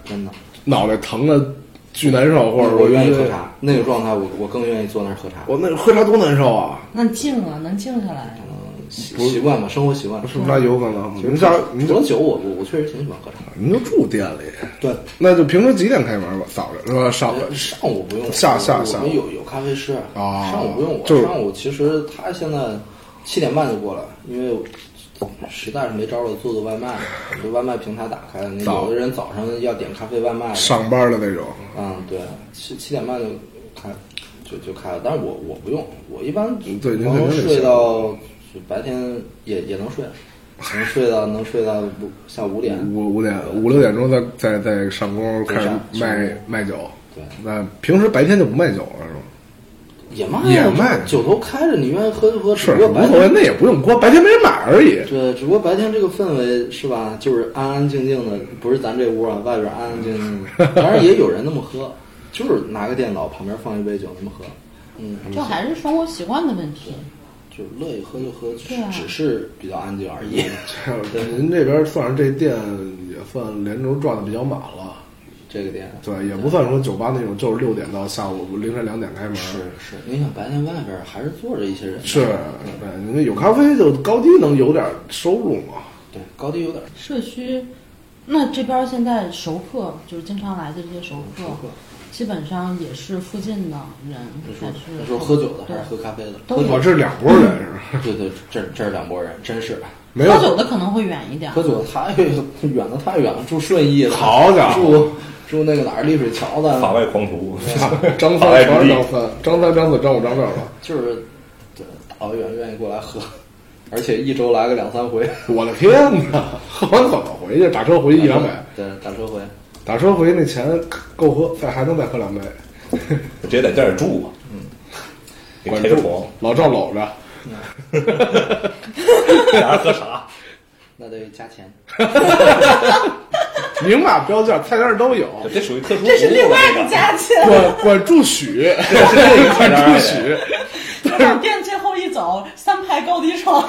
Speaker 2: 真的。
Speaker 4: 脑袋疼的巨难受，或者
Speaker 2: 我愿意
Speaker 4: 觉得
Speaker 2: 喝茶，那个状态我我更愿意坐那儿喝茶。
Speaker 4: 我那喝茶多难受啊！
Speaker 1: 那静啊，能静下来。
Speaker 2: 嗯，习习惯吧，生活习惯。
Speaker 4: 是不是那有可能？你们家你
Speaker 2: 除了酒，我我我确实挺喜欢喝茶。
Speaker 4: 你就住店里，
Speaker 2: 对，
Speaker 4: 那就平时几点开门吧？早上是吧？上午
Speaker 2: 呃上午不用，
Speaker 4: 下下
Speaker 2: 我
Speaker 4: 下
Speaker 2: 们有有咖啡师
Speaker 4: 啊
Speaker 2: 上午不用我，
Speaker 4: 就是
Speaker 2: 上午其实他现在七点半就过来，因为实在是没招了，做做外卖，就外卖平台打开，那
Speaker 4: 早
Speaker 2: 有的人早上要点咖啡外卖，
Speaker 4: 上班的那种。
Speaker 2: 嗯，对，七七点半就开，就就开了。但是我我不用，我一般
Speaker 4: 对您肯定
Speaker 2: 能
Speaker 4: 得
Speaker 2: 睡
Speaker 4: 下
Speaker 2: 到就白天也也能睡，能睡到能睡到五下午五点。
Speaker 4: 五五点五六点钟再再再上工开始
Speaker 2: 对上
Speaker 4: 卖
Speaker 2: 上
Speaker 4: 卖酒。
Speaker 2: 对
Speaker 4: 那平时白天就不卖酒了是吗？
Speaker 2: 也卖
Speaker 4: 也
Speaker 2: 啊
Speaker 4: 卖
Speaker 2: 酒都开着，你愿意喝就喝，只
Speaker 4: 是
Speaker 2: 不过
Speaker 4: 无
Speaker 2: 白
Speaker 4: 所谓，
Speaker 2: 天
Speaker 4: 那也不用锅，白天没人买而已。
Speaker 2: 对，只不过白天这个氛围是吧，就是安安静静的，不是咱这屋啊，外边安安静静 的。当然也有人那么喝，就是拿个电脑旁边放一杯酒那么喝，嗯，
Speaker 1: 这还是生活习惯的问题。
Speaker 2: 就乐意喝就喝，只
Speaker 1: 对啊
Speaker 2: 只是比较安静而
Speaker 4: 嗯
Speaker 2: 已。
Speaker 4: 对您这边算是这店也算连轴转的比较满了，
Speaker 2: 这个店
Speaker 4: 对，也不算说酒吧那种，就是六点到下午凌晨两点开门。
Speaker 2: 是是，你想白天外边儿还是坐着一些人的，
Speaker 4: 是，对，你们有咖啡就高低能有点收入嘛？
Speaker 2: 对高低有点儿
Speaker 1: 社区，那这边现在熟客就是经常来的这些熟客，
Speaker 2: 熟客
Speaker 1: 基本上也是附近的人，
Speaker 2: 你说
Speaker 1: 还
Speaker 2: 你
Speaker 1: 是
Speaker 2: 说喝酒的还
Speaker 1: 对
Speaker 2: 是喝咖啡的？
Speaker 1: 都
Speaker 2: 喝
Speaker 1: 有
Speaker 4: 我
Speaker 2: 酒
Speaker 4: 这两拨人是吧
Speaker 2: 对对，这这是两拨人，真是
Speaker 4: 没有
Speaker 1: 喝酒的可能会远一点。
Speaker 2: 喝酒太远的 太远了，住顺义的，
Speaker 4: 好家伙
Speaker 2: 住住那个哪儿丽水桥的，
Speaker 3: 法外狂徒，
Speaker 4: 啊张
Speaker 3: 法
Speaker 4: 三、
Speaker 3: 外
Speaker 4: 张二、
Speaker 3: 之地
Speaker 4: 张三、张三、张四、张五、张六了。
Speaker 2: 就是对大老远愿意过来喝，而且一周来个两三回，
Speaker 4: 我的天哪！喝完走回去，打车回去一两百，
Speaker 2: 对打车回，
Speaker 4: 打车回去那钱够喝，再还能再喝两杯。
Speaker 3: 直接在店儿住吧，嗯，给
Speaker 4: 管
Speaker 3: 开个
Speaker 4: 住
Speaker 3: 床，
Speaker 4: 老赵搂着，
Speaker 3: 俩人喝茶，
Speaker 2: 那得加钱。
Speaker 4: 明码标价，菜单都有。
Speaker 3: 这属于特殊服务了。这是另
Speaker 1: 外一家去，
Speaker 4: 管管住许， 管住许，
Speaker 1: 往店最后一走，三排高低床。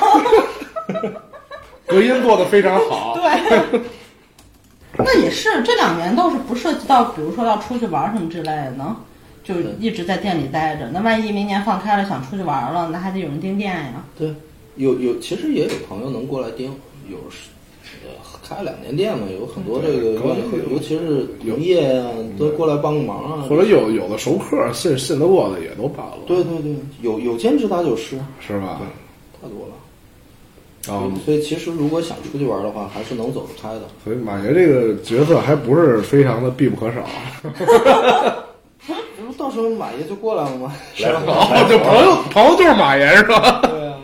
Speaker 4: 隔音做的非常好。
Speaker 1: 对，那也是这两年倒是不涉及到，比如说要出去玩什么之类的呢，就一直在店里待着。那万一明年放开了想出去玩了，那还得有人盯店呀。
Speaker 2: 对，有有，其实也有朋友能过来盯，有是呃开两年店嘛，有很多这个
Speaker 4: 高
Speaker 2: 愿意
Speaker 4: 兴
Speaker 2: 喝，
Speaker 4: 有嗯
Speaker 2: 尤其是营业啊，都过来帮个忙啊。
Speaker 4: 或者有有的熟客信信得过的也都罢了，
Speaker 2: 对对对，有有兼职打酒师
Speaker 4: 是吧？
Speaker 2: 太多了。
Speaker 4: 啊，
Speaker 2: 所以其实如果想出去玩的话，还是能走得开的。
Speaker 4: 所以马爷这个角色还不是非常的必不 可少，
Speaker 2: 这不到时候马爷就过来了吗？是
Speaker 3: 来
Speaker 2: 吧？
Speaker 3: 来
Speaker 4: 哦 就朋友朋友就是马爷是吧？
Speaker 2: 对啊，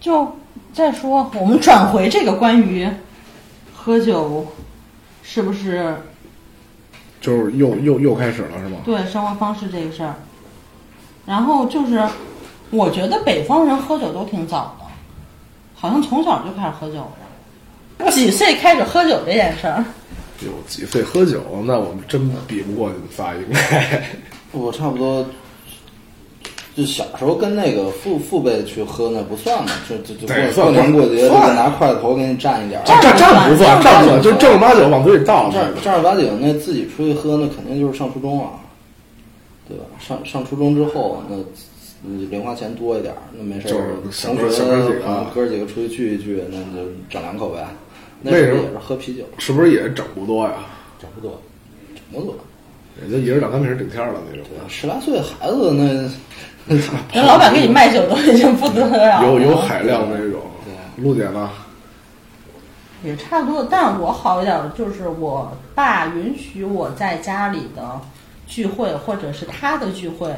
Speaker 1: 就再说，我们转回这个关于喝酒是不是
Speaker 4: 就是又又又开始了是吗？
Speaker 1: 对生活方式这个事儿，然后就是我觉得北方人喝酒都挺早的，好像从小就开始喝酒了。几岁开始喝酒这件事儿？
Speaker 4: 有几岁喝酒，那我们真比不过你们仨应该。
Speaker 2: 我 差不多。就小时候跟那个父父辈去喝那不算嘛，就就就过
Speaker 4: 对算
Speaker 2: 过年过节就
Speaker 4: 算
Speaker 2: 得拿筷子头给你蘸一点儿，
Speaker 4: 这这这不算，这不算，就正儿八经往嘴里倒
Speaker 2: 正正儿八经那自己出去喝，那肯定就是上初中了，对吧？上上初中之后，那嗯零花钱多一点儿，那没事
Speaker 4: 就
Speaker 2: 儿
Speaker 4: 是，想
Speaker 2: 同
Speaker 4: 哥
Speaker 2: 学
Speaker 4: 想哥几个
Speaker 2: 啊哥几个出去聚一聚，那就整两口呗。那
Speaker 4: 那
Speaker 2: 时
Speaker 4: 时
Speaker 2: 候
Speaker 4: 候
Speaker 2: 也是喝啤酒，
Speaker 4: 是不是也整不多呀？
Speaker 2: 整不多，整不多。
Speaker 4: 也就一人两三瓶顶天儿了那种。
Speaker 2: 十来岁孩子那，
Speaker 1: 人老板给你卖酒都已经不得了了，
Speaker 4: 有有海量那种。陆姐呢？
Speaker 1: 也差不多，但我好一点儿，就是我爸允许我在家里的聚会或者是他的聚会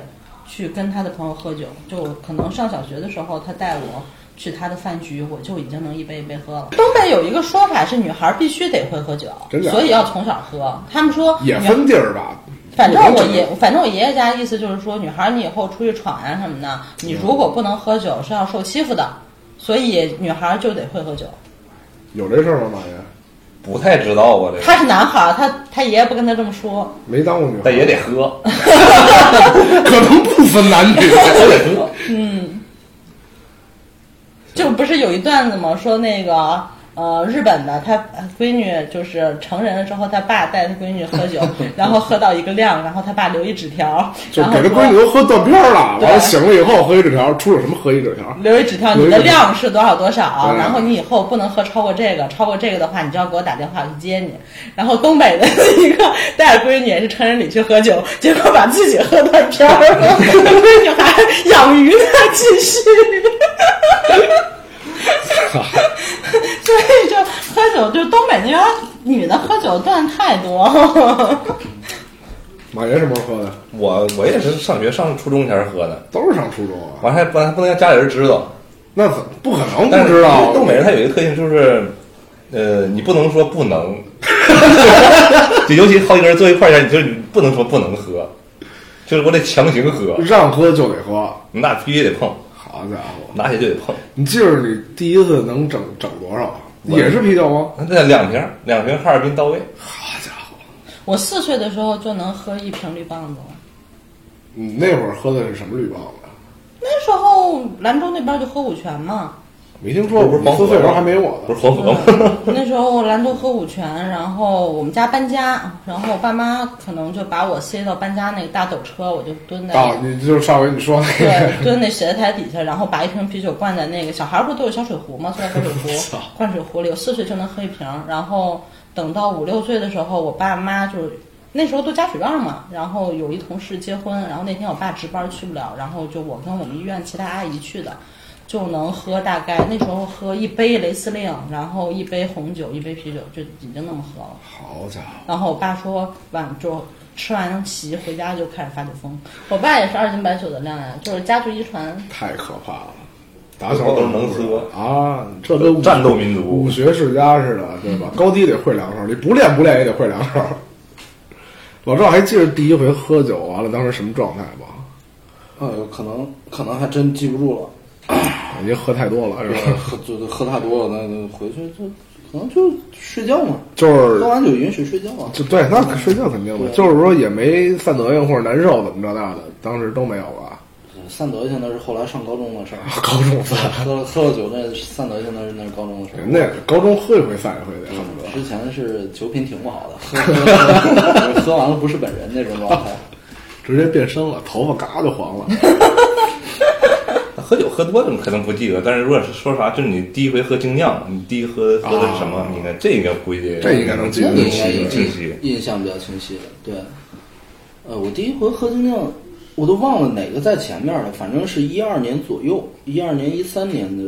Speaker 1: 去跟他的朋友喝酒，就可能上小学的时候他带我。去他的饭局，我就已经能一杯一杯喝了。东北有一个说法是，女孩必须得会喝酒
Speaker 4: 啊真，假的
Speaker 1: 所以要从小喝。他们说
Speaker 4: 也
Speaker 1: 女
Speaker 4: 分地儿吧，
Speaker 1: 反正我
Speaker 4: 不能
Speaker 1: 爷
Speaker 4: 整，
Speaker 1: 反正我爷爷家意思就是说，女孩儿你以后出去闯啊什么的，你如果不能喝酒是要受欺负的，所以女孩儿就得会喝酒。
Speaker 4: 有这事儿吗？马爷
Speaker 3: 不太知道啊，这个
Speaker 1: 他是男孩儿，他他爷爷不跟他这么说，
Speaker 4: 没当过女孩
Speaker 3: 但，也得喝，
Speaker 4: 可能不分男女。
Speaker 3: 都得喝。
Speaker 1: 就不是有一段子吗？说那个呃日本的他闺女就是成人了之后，他爸带他闺女喝 酒，然后喝到一个量，然后他爸留一纸条，
Speaker 4: 就
Speaker 1: 然后
Speaker 4: 给他
Speaker 1: 说
Speaker 4: 闺女都喝断片儿了，
Speaker 1: 对
Speaker 4: 完了醒了以后喝一纸条，出了什么喝一纸条，
Speaker 1: 留一纸条，你的量是多少多少，啊
Speaker 4: 嗯
Speaker 1: 然后你以后不能喝超过这个，超过这个的话，你就要给我打电话我去接你。然后东北的一个带着闺女也是成人礼去喝酒，结果把自己喝断片儿了，闺女还养鱼呢，继续。 所以就喝酒，就东北那边女的喝酒断太多。
Speaker 4: 马爷什么时候喝的？
Speaker 3: 我我也是上学上初中前喝的，
Speaker 4: 都是上初中啊，
Speaker 3: 完还不还不能让家里人知道。
Speaker 4: 那怎不可能
Speaker 3: 但
Speaker 4: 不
Speaker 3: 是啊
Speaker 4: 知道？
Speaker 3: 东北人他有一个特性就是，呃，你不能说不能， 就尤其好几个人坐一块儿前，你就是你不能说不能喝，就是我得强行喝，
Speaker 4: 让喝就得喝，
Speaker 3: 那必须得碰，
Speaker 4: 好家伙！
Speaker 3: 拿起就得碰。
Speaker 4: 你记着你第一次能整整多少？啊也是啤酒吗？
Speaker 3: 那两瓶儿两瓶儿哈尔滨到位，
Speaker 4: 好家伙！
Speaker 1: 我四岁的时候就能喝一瓶绿棒子了。
Speaker 4: 你那会儿喝的是什么绿棒子？
Speaker 1: 那时候兰州那边就喝五泉嘛，
Speaker 4: 没听说过，
Speaker 3: 不是黄
Speaker 4: 四
Speaker 3: 河
Speaker 4: 岁时候还没我
Speaker 3: 不
Speaker 4: 呢
Speaker 3: 是。黄河吗？
Speaker 1: 嗯那时候兰州喝五泉，然后我们家搬家，然后我爸妈可能就把我塞到搬家那个大斗车，我就蹲在、
Speaker 4: 啊，你就是上回你说那个，
Speaker 1: 对蹲那写字台底下，然后把一瓶啤酒灌在那个小孩儿不都有小水壶吗？塑料小水壶灌水壶里，我四岁就能喝一瓶。然后等到五六岁的时候，我爸妈就是那时候都家属院嘛，然后有一同事结婚，然后那天我爸值班去不了，然后就我跟我们医院其他阿姨去的。就能喝大概那时候喝一杯雷司令，然后一杯红酒，一杯啤酒，就已经那么喝了。
Speaker 4: 好家伙！
Speaker 1: 然后我爸说晚就吃完席回家就开始发酒疯。我爸也是二斤白酒的量呀，就是家族遗传。
Speaker 4: 太可怕了，打小
Speaker 3: 都能喝
Speaker 4: 啊！这跟
Speaker 3: 战斗民族嗯
Speaker 4: 武学世家似的，对吧？高低得会两手，你不练不练也得会两手。老赵还记得第一回喝酒完了当时什么状态吧？
Speaker 2: 呃，可能可能还真记不住了。
Speaker 4: 已经喝太多了，是
Speaker 3: 嗯
Speaker 4: 吧？
Speaker 2: 喝就就喝太多了，那那回去就可能就睡觉嘛，
Speaker 4: 就是
Speaker 2: 喝完酒允许睡觉啊。
Speaker 4: 就对，那可睡觉肯定的，
Speaker 3: 嗯
Speaker 4: 就是说也没犯德行或者难受怎么着那的，当时都没有啊吧？
Speaker 2: 散德性那是后来上高中的事 儿，
Speaker 4: 高中犯，
Speaker 2: 喝了喝了酒那散德性那是那是高中的事儿。
Speaker 4: 那高中喝一回犯一回的，恨不得。
Speaker 2: 之前是酒品挺不好 的，喝喝喝喝完了不是本人那种状态。
Speaker 4: 直接变身了，头发嘎就黄了。
Speaker 3: 喝酒喝多了可能不记得，但是如果是说啥，就是你第一回喝精酿，你第一喝喝的是什么？
Speaker 4: 啊
Speaker 3: 你应该这应该估计
Speaker 4: 这应该能记
Speaker 2: 那
Speaker 4: 得
Speaker 2: 你应该
Speaker 3: 记
Speaker 2: 有
Speaker 3: 得清晰。
Speaker 2: 印象比较清晰的，对。呃，我第一回喝精酿，我都忘了哪个在前面了，反正是一二年左右，一二年一三年的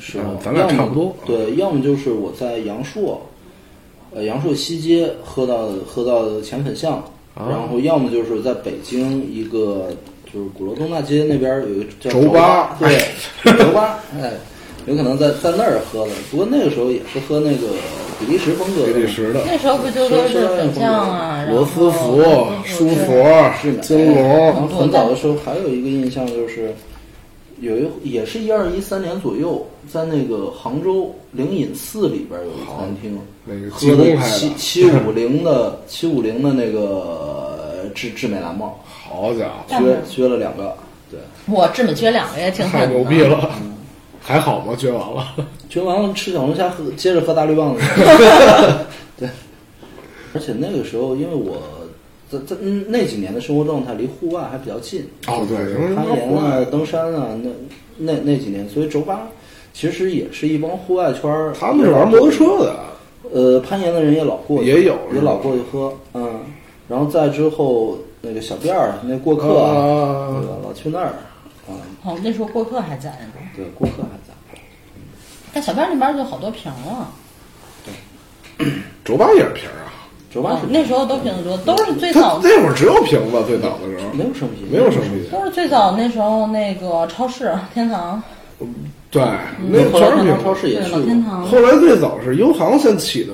Speaker 2: 时候
Speaker 4: 嗯，咱俩
Speaker 2: 要么
Speaker 4: 差不多
Speaker 2: 对，要么就是我在阳朔，呃，阳朔西街喝到喝到浅粉巷，
Speaker 4: 啊
Speaker 2: 然后要么就是在北京一个就是鼓楼东大街那边有一个叫
Speaker 4: 轴
Speaker 2: 轴
Speaker 4: 吧
Speaker 2: 对， 酒吧，哎，有可能在在那儿喝的。不过那个时候也是喝那个比利时风格的
Speaker 4: 比利时的
Speaker 1: 那时候不就都是粉酱啊，
Speaker 4: 罗斯福、舒
Speaker 2: 是
Speaker 4: 佛、金
Speaker 2: 然后
Speaker 4: 龙，
Speaker 2: 很早的时候还有一个印象就是，有一也是一二一三年左右，在那个杭州灵隐寺里边有一个餐厅，
Speaker 4: 那个
Speaker 2: 喝
Speaker 4: 济公
Speaker 2: 的
Speaker 4: 开的
Speaker 2: 七七五零的七五零的那个智智美蓝帽，
Speaker 4: 好家伙，
Speaker 1: 干嘛
Speaker 2: 撅撅了两个，对，
Speaker 1: 我这么撅两个也挺狠
Speaker 4: 太
Speaker 1: 的
Speaker 4: 牛逼。了！嗯还好吗？撅完了，
Speaker 2: 撅完了吃小龙虾，喝接着喝大绿棒子，对。而且那个时候，因为我在在嗯那几年的生活状态离户外还比较近，
Speaker 4: 哦，对，因为
Speaker 2: 攀
Speaker 4: 那
Speaker 2: 岩
Speaker 4: 户
Speaker 2: 啊
Speaker 4: 外、
Speaker 2: 登山啊，那那那几年，所以轴八其实也是一帮户外圈儿，
Speaker 4: 他们是玩摩托，车的，
Speaker 2: 呃，攀岩的人也老过去，
Speaker 4: 也有
Speaker 2: 也老过去喝，嗯，然后再之后那个小辫儿那过客
Speaker 4: 啊
Speaker 2: 对吧？老去那儿，啊，
Speaker 1: 哦，那时候过客还在呢，
Speaker 2: 对，过客还在，
Speaker 1: 但小辫那边就好多瓶了。
Speaker 4: 轴八也是瓶儿啊，
Speaker 2: 轴八是
Speaker 1: 哦那时候都瓶子多，都是最
Speaker 4: 他
Speaker 1: 早
Speaker 4: 那会儿只有瓶子，最早的时候
Speaker 2: 没有生啤，
Speaker 4: 没有生啤，
Speaker 1: 都是最早那时候那个超市天堂，
Speaker 4: 对，那
Speaker 2: 后
Speaker 4: 全
Speaker 2: 来
Speaker 4: 是
Speaker 2: 天
Speaker 4: 瓶
Speaker 2: 堂超。
Speaker 4: 子
Speaker 2: 市
Speaker 1: 对
Speaker 2: 也去
Speaker 1: 老
Speaker 2: 过，
Speaker 1: 天堂。
Speaker 4: 后来最早是优航先起的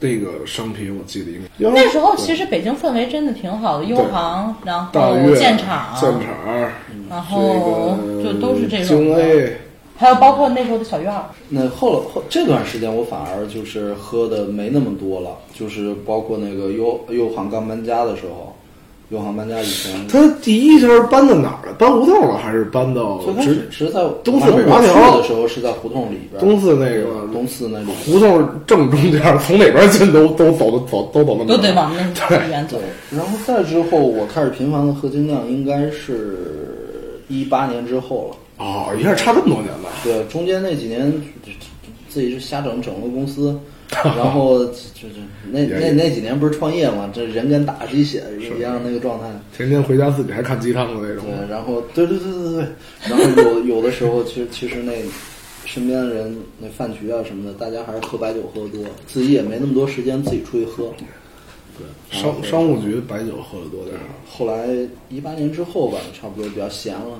Speaker 4: 那个生啤，我记得应该
Speaker 1: 那时候其实北京氛围真的挺好的，优航，然
Speaker 4: 大
Speaker 1: 后
Speaker 4: 悦
Speaker 1: 建厂，
Speaker 4: 建厂，
Speaker 1: 然后就
Speaker 4: 这个
Speaker 1: 都是这种
Speaker 4: 京
Speaker 1: 的
Speaker 4: A
Speaker 1: 还有包括那时候的小院儿，
Speaker 2: 那后来后这段时间，我反而就是喝的没那么多了，就是包括那个优优航刚搬家的时候，优航搬家以前，
Speaker 4: 他第一家搬到哪儿了？搬胡同了还是搬到
Speaker 2: 最开
Speaker 4: 直
Speaker 2: 始是在
Speaker 4: 东四
Speaker 2: 反正
Speaker 4: 北
Speaker 2: 我
Speaker 4: 八条
Speaker 2: 去的时候是在胡同里边，嗯
Speaker 4: 东四那个
Speaker 2: 东四那里，
Speaker 4: 胡同正中间？从哪边进都都走的走都走那么
Speaker 1: 都得
Speaker 4: 远
Speaker 1: 往那
Speaker 4: 对
Speaker 1: 边走
Speaker 2: 对。，然后再之后我开始频繁的喝精酿，应该是一八年之后了。
Speaker 4: 哦，一下差这么多年了。
Speaker 2: 对，中间那几年自己是瞎整，整个公 司，然后就是那那那几年不是创业嘛，这人跟打鸡血一样那个状态。
Speaker 4: 天天回家自己还看鸡汤的那种
Speaker 2: 对，然后对对对对对，然后有 有的时候，其实其实那身边的人那饭局啊什么的，大家还是喝白酒喝多，自己也没那么多时间自己出去喝。
Speaker 1: 哦
Speaker 4: 商商务局白酒喝的多点儿。
Speaker 2: 后来一八年之后吧，差不多比较闲了，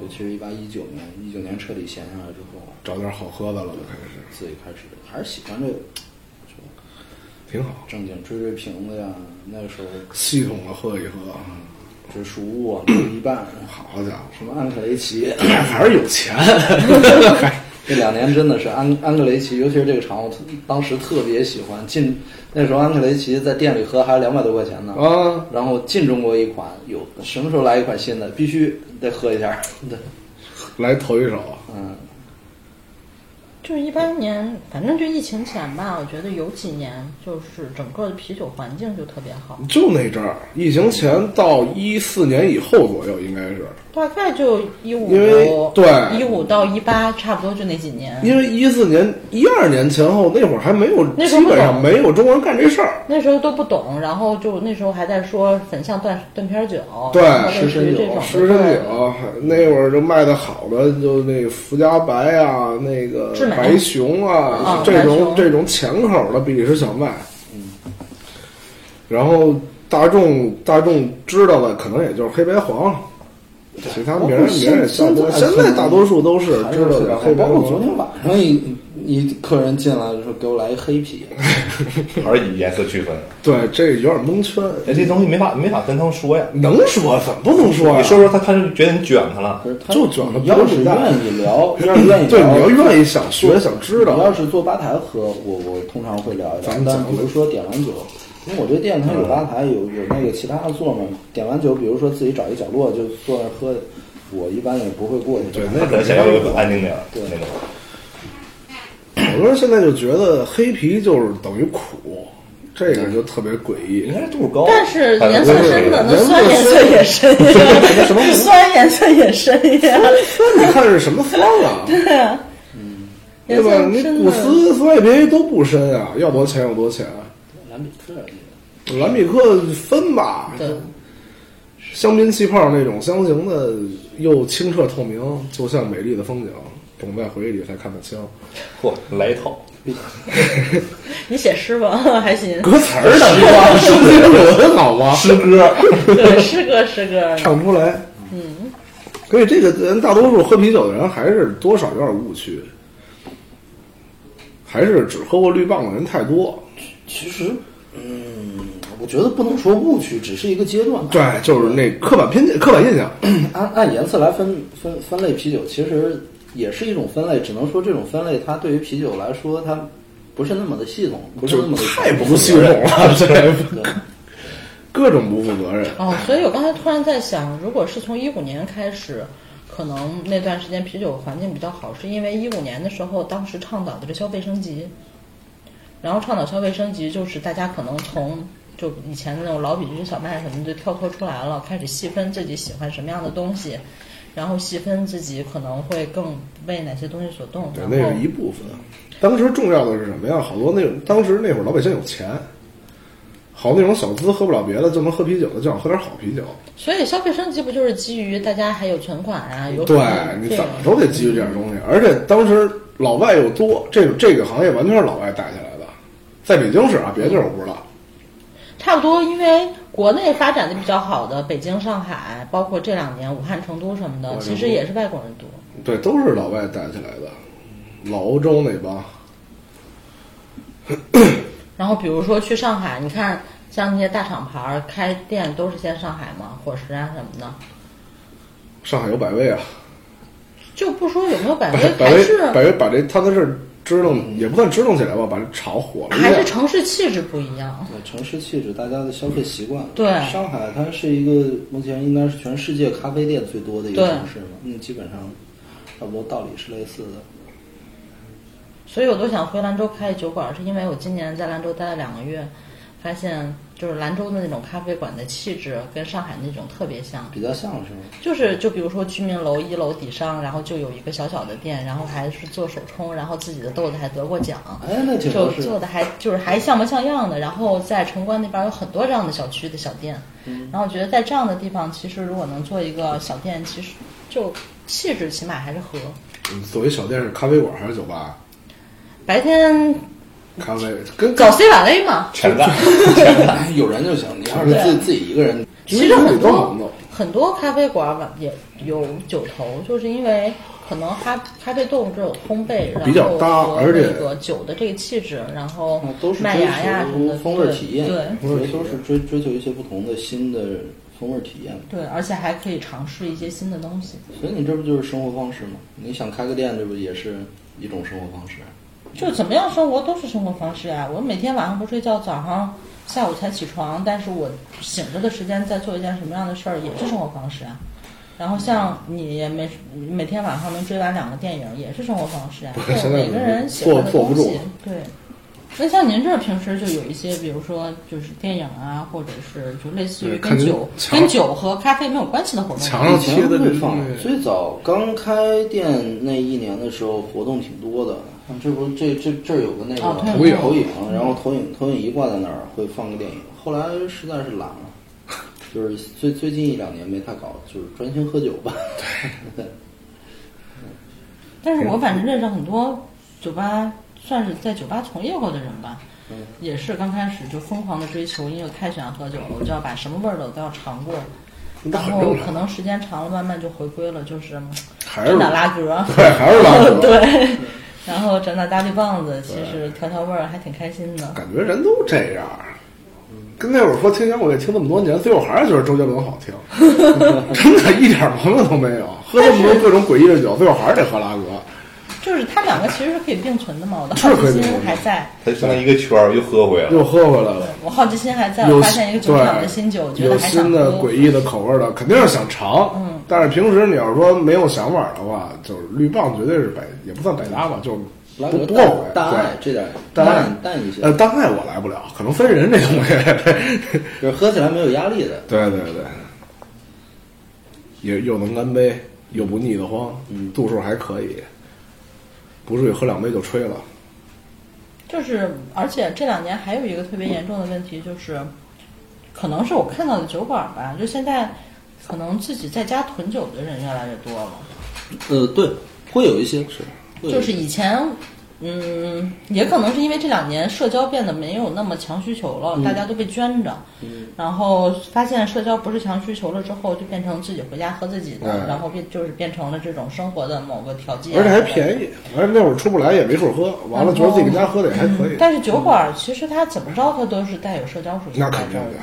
Speaker 2: 尤其是一八一九年，一九年彻底闲下来之后，啊
Speaker 4: 找点好喝的了，就开始
Speaker 2: 自己开始还是喜欢这个
Speaker 4: 挺好，
Speaker 2: 正经追追瓶子呀，那个时候
Speaker 4: 系统的喝一喝。
Speaker 2: 追熟物啊，追一半，
Speaker 4: 好家 伙，
Speaker 2: 什么安克雷奇。
Speaker 4: 还是有钱，
Speaker 2: 这两年真的是安安克雷奇，尤其是这个厂，我特当时特别喜欢。进那时候安克雷奇在店里喝还是两百多块钱呢。
Speaker 4: 啊！
Speaker 2: 然后进中国一款，有什么时候来一款新的，必须得喝一下。 对，
Speaker 4: 来头一手，
Speaker 2: 嗯，
Speaker 1: 就是一八年，反正就疫情前吧，我觉得有几年就是整个的啤酒环境就特别好，
Speaker 4: 就那阵儿，疫情前到一四年以后左右，应该是，
Speaker 1: 大概就一五
Speaker 4: 因为对
Speaker 1: 一五到一八差不多就那几年。
Speaker 4: 因为一四年、一二年前后那会儿还没有，
Speaker 1: 那时候
Speaker 4: 基
Speaker 1: 不懂
Speaker 4: 本上没有中国人干这事儿。
Speaker 1: 那时候都不懂，然后就那时候还在说粉象断断片酒，
Speaker 4: 对
Speaker 1: 然后类似于
Speaker 2: 湿身
Speaker 1: 啊
Speaker 2: 酒
Speaker 1: 这种的
Speaker 4: 湿身酒那会儿就卖的好的，就那个福家白啊，那个
Speaker 1: 智美
Speaker 4: 白熊啊
Speaker 1: 啊，
Speaker 4: 这
Speaker 1: 白
Speaker 4: 种
Speaker 1: 熊
Speaker 4: 这种浅口的比利时小麦。然后大众大众知道的可能也就是黑白黄，其他名儿
Speaker 2: 包括
Speaker 4: 名儿也
Speaker 2: 现
Speaker 4: 叫不多。
Speaker 2: 在
Speaker 4: 现在大多数都是
Speaker 2: 还
Speaker 4: 知道
Speaker 2: 非
Speaker 4: 的
Speaker 2: 常
Speaker 4: 黑白
Speaker 2: 包
Speaker 4: 黄
Speaker 2: 括。昨天晚上一一客人进来就说给我来一黑啤，
Speaker 3: 还是以颜色区分。
Speaker 4: 对，这有点蒙圈，
Speaker 3: 哎，这东西没法没法跟他们说呀。
Speaker 4: 能说怎么不能说呀？啊
Speaker 3: 你说说他，他是觉得你卷他了
Speaker 2: 可。是他
Speaker 4: 就卷得
Speaker 2: 你要是
Speaker 4: 不带
Speaker 2: 愿意 聊，要是愿意
Speaker 4: 对，你要
Speaker 2: 聊，
Speaker 4: 愿意想学想知
Speaker 2: 你要
Speaker 4: 道，
Speaker 2: 是坐吧台喝，我我通常会聊一聊
Speaker 4: 咱们。
Speaker 2: 但
Speaker 4: 咱们
Speaker 2: 比如说点完酒，因为我这店它有吧台，有有那个其他的座嘛。点完酒，比如说自己找一角落就坐那儿喝，我一般也不会过去。
Speaker 4: 对
Speaker 3: 他可能想要一个安静点儿
Speaker 2: 对
Speaker 3: 那种。
Speaker 4: 好多人现在就觉得黑啤就是等于苦，这个就特别诡异
Speaker 3: 应。该是度数高，
Speaker 1: 但是颜色深的，那
Speaker 4: 颜色
Speaker 1: 酸颜色也深呀， 酸颜色也深呀，
Speaker 4: 那你看是什么酸 啊？
Speaker 1: 颜
Speaker 4: 对
Speaker 1: 色
Speaker 4: 吧？你
Speaker 1: 深
Speaker 4: 古
Speaker 1: 的。
Speaker 4: 斯、斯外啤都不深啊，要多钱有多钱。
Speaker 2: 兰比特，
Speaker 4: 蓝比克分吧，
Speaker 1: 对，
Speaker 4: 香槟气泡那种香型的，又清澈透明，就像美丽的风景，总在回忆里才看得清。
Speaker 3: 嚯，来一套。
Speaker 1: 你写诗吧， 还行。
Speaker 4: 歌词儿的吗？是不是啊很好吗？
Speaker 3: 诗歌，
Speaker 1: 对，诗歌诗歌，
Speaker 4: 唱不出来。嗯，所以这个人大多数喝啤酒的人还是多少有点误区，还是只喝过绿棒的人太多。
Speaker 2: 其实，嗯，我觉得不能说误区，只是一个阶段。
Speaker 4: 对，就是那刻板偏见、刻板印象。
Speaker 2: 按按颜色来分分分类啤酒，其实也是一种分类，只能说这种分类它对于啤酒来说，它不是那么的系统，不是
Speaker 4: 就
Speaker 2: 那么的
Speaker 4: 太不负系统 了，这各种不负责任。
Speaker 1: 哦，所以我刚才突然在想，如果是从一五年开始，可能那段时间啤酒环境比较好，是因为一五年的时候，当时倡导的是消费升级，然后倡导消费升级就是大家可能从就以前那种老比君小麦什么就跳脱出来了，开始细分自己喜欢什么样的东西，然后细分自己可能会更为哪些东西所动。
Speaker 4: 对，
Speaker 1: 然
Speaker 4: 那
Speaker 1: 后
Speaker 4: 是一部分。当时重要的是什么呀？好多那种当时那会儿老百姓有钱，好那种小资喝不了别的，就能喝啤酒的，就想喝点好啤酒。
Speaker 1: 所以消费升级不就是基于大家还有存款啊，有
Speaker 4: 对
Speaker 1: 可能
Speaker 4: 你
Speaker 1: 这嗯
Speaker 4: 怎
Speaker 1: 种
Speaker 4: 么都得基于这点东西，而且当时老外又多，这这个行业完全是老外带起来的，在北京市啊，别的地儿我不知道。
Speaker 1: 差不多，因为国内发展的比较好的，北京、上海，包括这两年武汉、成都什么的，其实也是外国人多。
Speaker 4: 对，都是老外带起来的，老欧洲那帮。
Speaker 1: 然后比如说去上海，你看像那些大厂牌儿开店都是先上海嘛，伙食啊什么的，
Speaker 4: 上海有百威啊，
Speaker 1: 就不说有没有百
Speaker 4: 百
Speaker 1: 威，
Speaker 4: 百
Speaker 1: 还是
Speaker 4: 威百威把这他的事儿支棱，也不算支棱起来吧，把这炒火了一下。
Speaker 1: 还是城市气质不一样。
Speaker 2: 对呃城市气质，大家的消费习惯。
Speaker 1: 对
Speaker 2: 上海它是一个目前应该是全世界咖啡店最多的一个
Speaker 1: 对
Speaker 2: 城市嘛，嗯，基本上差不多道理是类似的。
Speaker 1: 所以我都想回兰州开酒馆，是因为我今年在兰州待了两个月，发现就是兰州的那种咖啡馆的气质跟上海那种特别像。
Speaker 2: 比较像是吗？
Speaker 1: 就是就比如说居民楼一楼底商，然后就有一个小小的店，然后还是做手冲，然后自己的豆子还得过奖，
Speaker 2: 哎，那挺
Speaker 1: 就
Speaker 2: 合适
Speaker 1: 做
Speaker 2: 的。
Speaker 1: 的还就是还像模像样的。然后在城关那边有很多这样的小区的小店，
Speaker 2: 嗯
Speaker 1: 然后我觉得在这样的地方，其实如果能做一个小店，其实就气质起码还是合。
Speaker 4: 嗯作为小店是咖啡馆还是酒吧？
Speaker 1: 白天
Speaker 4: 咖啡跟
Speaker 1: 搞 C 哎晚 A 嘛，
Speaker 3: 全在。
Speaker 2: 有人就行，你要是自己自己一个人，
Speaker 1: 其实很
Speaker 4: 都能
Speaker 1: 多
Speaker 4: 弄
Speaker 1: 很多咖啡馆儿吧也有酒头，就是因为可能咖咖啡豆这种烘焙，然后
Speaker 4: 比较搭
Speaker 1: 和
Speaker 4: 而且
Speaker 1: 那个酒的这个气质，然后
Speaker 2: 那哦都
Speaker 1: 嗯
Speaker 2: 是
Speaker 1: 麦
Speaker 2: 追
Speaker 1: 芽呀什么
Speaker 2: 求
Speaker 1: 的
Speaker 2: 风味体验，
Speaker 1: 对
Speaker 2: 我觉得都是追追求一些不同的新的风味体验。
Speaker 1: 对对，而且还可以尝试一些新的东西。
Speaker 2: 所以你这不就是生活方式吗？你想开个店，这不也是一种生活方式？啊
Speaker 1: 就怎么样生活都是生活方式啊！我每天晚上不睡觉，早上下午才起床，但是我醒着的时间在做一件什么样的事儿，也是生活方式啊。然后像你每每天晚上能追完两个电影，也是生活方式啊。
Speaker 4: 不是
Speaker 1: 对
Speaker 4: 现在
Speaker 1: 每个人喜欢的
Speaker 4: 坐坐不
Speaker 1: 东
Speaker 4: 住
Speaker 1: 西，对。那像您这儿平时就有一些，比如说就是电影啊，或者是就类似于
Speaker 4: 对看
Speaker 1: 跟
Speaker 4: 您
Speaker 1: 酒
Speaker 4: 墙
Speaker 1: 跟酒和咖啡没有关系的活动
Speaker 4: 墙
Speaker 1: 吗，
Speaker 4: 上
Speaker 2: 以前
Speaker 4: 贴的
Speaker 2: 会
Speaker 4: 这
Speaker 2: 放
Speaker 4: 东，西
Speaker 2: 最早刚开店那一年的时候，活动挺多的。像这不这这这儿有个那
Speaker 1: 啊
Speaker 2: 个
Speaker 1: 投影
Speaker 2: 投影，然后投影投影仪挂在那儿会放个电影。后来实在是懒了，就是最最近一两年没太搞，就是专心喝酒吧。对，
Speaker 1: 但是我反正认识很多酒吧，算是在酒吧从业过的人吧，也是刚开始就疯狂的追求，因为我太喜欢喝酒了，我就要把什么味儿的我都要尝过。
Speaker 4: 那
Speaker 1: 然
Speaker 4: 很
Speaker 1: 后
Speaker 4: 正常
Speaker 1: 可能时间长了，慢慢就回归了，就是嗯
Speaker 4: 还是
Speaker 1: 整点拉格，
Speaker 4: 对，还是拉 格。
Speaker 1: 对，然后整点大绿棒子，其实调调味儿还挺开心的。
Speaker 4: 感觉人都这样。跟那会儿说听摇滚乐听这么多年，最后还是觉得周杰伦 好听，真的一点毛病都没有。喝这么多各种诡异的酒，最后还是得喝拉格。
Speaker 1: 就是它两个其实是可以并存的嘛，我的
Speaker 4: 是
Speaker 1: 好
Speaker 4: 可
Speaker 1: 奇
Speaker 4: 以并
Speaker 1: 心
Speaker 4: 存的
Speaker 1: 还在，
Speaker 3: 它就相当于一个圈儿又喝回来了。
Speaker 4: 又喝回来了，
Speaker 1: 我好奇心还在，
Speaker 4: 有
Speaker 1: 我发现一个酒厂的新酒，我觉
Speaker 4: 对
Speaker 1: 得
Speaker 4: 有
Speaker 1: 还想
Speaker 4: 新的
Speaker 1: 喝
Speaker 4: 诡。异的口味的，肯定是想尝。嗯，但是平时你要是说没有想法的话，就是绿棒绝对是百，也不算百搭吧，就是
Speaker 2: 来
Speaker 4: 不
Speaker 2: 个
Speaker 4: 不后悔。
Speaker 2: 淡爱
Speaker 4: 对，
Speaker 2: 这点
Speaker 4: 淡爱
Speaker 2: 淡淡一些，
Speaker 4: 呃，大概我来不了，可能分人这东西。
Speaker 2: 就是喝起来没有压力的。
Speaker 4: 对对对，也又能干杯，又不腻得慌，度数还可以，不至于喝两杯就吹了。
Speaker 1: 就是，而且这两年还有一个特别严重的问题，就是，可能是我看到的酒馆吧，就现在可能自己在家囤酒的人越来越多了。
Speaker 2: 呃，对，会有一些是，会有
Speaker 1: 就
Speaker 2: 一些
Speaker 1: 是以前，嗯，也可能是因为这两年社交变得没有那么强需求了，
Speaker 4: 嗯
Speaker 1: 大家都被圈着，然后发现社交不是强需求了之后，就变成自己回家喝自己的，
Speaker 4: 嗯
Speaker 1: 然后变就是变成了这种生活的某个条件，
Speaker 4: 而且还便宜，而且那会儿出不来也没处喝，完了觉得自己在家喝的也还可以，
Speaker 1: 嗯但是酒馆儿其实它怎么着，它都是带有社交属性
Speaker 4: 那
Speaker 1: 在
Speaker 4: 肯
Speaker 1: 这
Speaker 4: 定
Speaker 1: 儿
Speaker 4: 的
Speaker 1: 的。。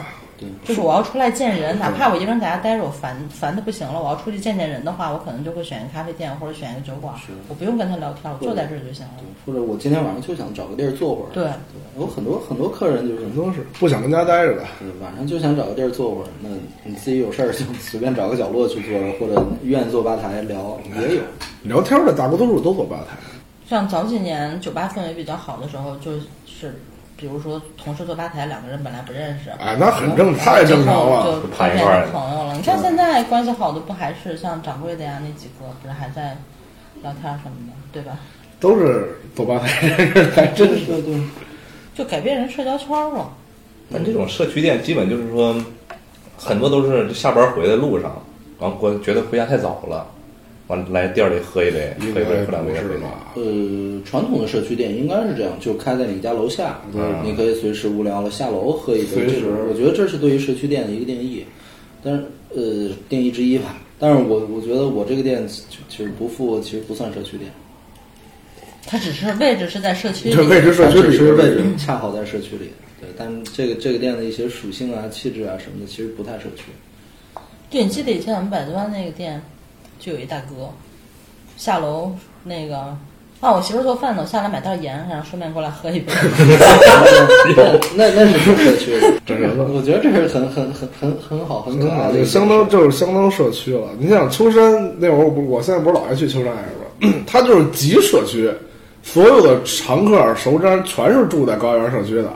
Speaker 1: 就是我要出来见人，哪怕我一个人在家待着，我烦烦的不行了，我要出去见见人的话，我可能就会选一个咖啡店或者选一个酒馆，我不用跟他聊天，我坐在这儿就行了。
Speaker 2: 或者我今天晚上就想找个地儿坐会儿。
Speaker 1: 对
Speaker 2: 有很多很多客人就是
Speaker 4: 都是不想跟家待着的，
Speaker 2: 呃晚上就想找个地儿坐会儿，那你自己有事儿就随便找个角落去坐着，或者愿意坐吧台聊也有。
Speaker 4: 聊天的大多数都坐吧台，
Speaker 1: 像早几年酒吧氛围比较好的时候，就是比如说同事坐吧台，两个人本来不认识，
Speaker 4: 哎，那很正，太正常
Speaker 1: 最后
Speaker 4: 了。
Speaker 1: 就
Speaker 3: 盘一
Speaker 1: 变
Speaker 3: 块儿
Speaker 1: 成朋友了。你像现在关系好的，不还是像掌柜的呀那几个，不是还在聊天什么的，对吧？
Speaker 4: 都是走吧台 认识的， 还真是。
Speaker 2: 对对，
Speaker 1: 就改变人社交圈儿了。
Speaker 3: 但这种社区店基本就是说，很多都是下班回来路上，然后过觉得回家太早了，完来店里喝一杯，
Speaker 4: 应该
Speaker 3: 喝一杯，喝两
Speaker 4: 不
Speaker 3: 杯，
Speaker 4: 是
Speaker 3: 喝一杯。
Speaker 4: 吧？
Speaker 2: 呃，传统的社区店应该是这样，就开在你家楼下，你可以随时无聊了下楼喝一杯。
Speaker 4: 啊随时
Speaker 2: 这种我觉得这是对于社区店的一个定义，但是呃，定义之一吧。但是我我觉得我这个店其其实不负，其实不算社区店，
Speaker 1: 它只是位置是在社区
Speaker 4: 这
Speaker 1: 里，
Speaker 4: 位置社区
Speaker 2: 它只
Speaker 4: 里
Speaker 2: 是位置
Speaker 4: 边
Speaker 2: 恰好在社区里。对，但是这个这个店的一些属性啊、气质啊什么的，其实不太社区。
Speaker 1: 对，你记得以前我们百子湾那个店，就有一大哥，下楼那个啊，我媳妇儿做饭呢，我下来买袋盐，然后顺便过来喝一杯。
Speaker 2: 那那是不社区的，
Speaker 4: 真人了
Speaker 2: 我觉得这是很很很很很好很可爱的一
Speaker 4: 就
Speaker 2: 个
Speaker 4: 相
Speaker 2: 事儿
Speaker 4: 当就是相当社区了。你想秋山那会儿，我不我现在不是老爱去秋山来 着吗？它就是集社区，所有的常客熟人全是住在高原社区的，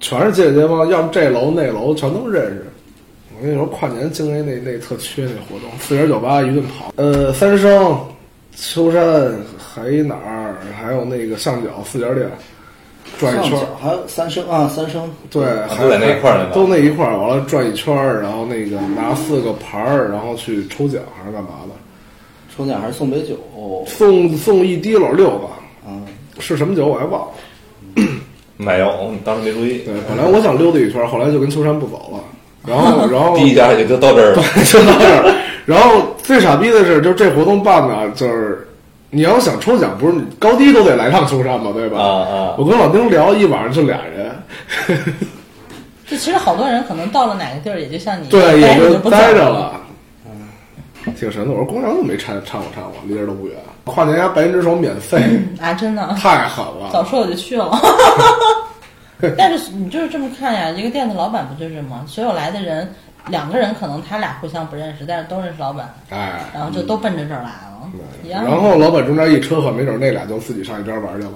Speaker 4: 全是街里街坊，要么这楼那楼全都认识。我跟你说，跨年京 A 那那特缺那活动，四点酒吧一顿跑，呃，三生、秋山还哪儿，还有那个象脚四点点，转一
Speaker 2: 上
Speaker 4: 圈儿
Speaker 2: 角。还有三生啊，三生
Speaker 4: 对，还
Speaker 3: 都在那一块儿呢吧
Speaker 4: 都那一块儿，完了转一圈儿，然后那个拿四个牌儿，然后去抽奖还是干嘛的，
Speaker 2: 抽奖还是送杯酒哦
Speaker 4: 送送一滴溜六个，
Speaker 2: 啊，
Speaker 4: 是什么酒我还忘了。
Speaker 3: 买油，当时没注意
Speaker 4: 对，，本来我想溜达一圈儿，后来就跟秋山不走了，然后然后
Speaker 3: 第一家也就到这儿了。
Speaker 4: 就到这儿。然后最傻逼的是，就这活动办的，就是你要想抽奖，不是你高低都得来趟秋山嘛，对吧？
Speaker 3: 啊啊
Speaker 4: 我跟老丁聊一晚上就俩人，
Speaker 1: 就其实好多人可能到了哪个地儿，也就像你
Speaker 4: 对，
Speaker 1: 待
Speaker 4: 也
Speaker 1: 着就
Speaker 4: 就
Speaker 1: 不走
Speaker 4: 待着。了。嗯挺神的，我说公羊怎么没掺掺我掺我，离这儿都不远。跨年家白云之手免 费，
Speaker 1: 啊，真的，
Speaker 4: 太狠
Speaker 1: 早
Speaker 4: 了。
Speaker 1: 说我就去 了。但是你就是这么看呀，一个店的老板不就是吗？所有来的人，两个人可能他俩互相不认识，但是都认识老板，
Speaker 4: 哎，
Speaker 1: 然后就都奔着这儿来了，一样
Speaker 4: 嗯然后老板中间一车和，没准那俩就自己上一边玩去了。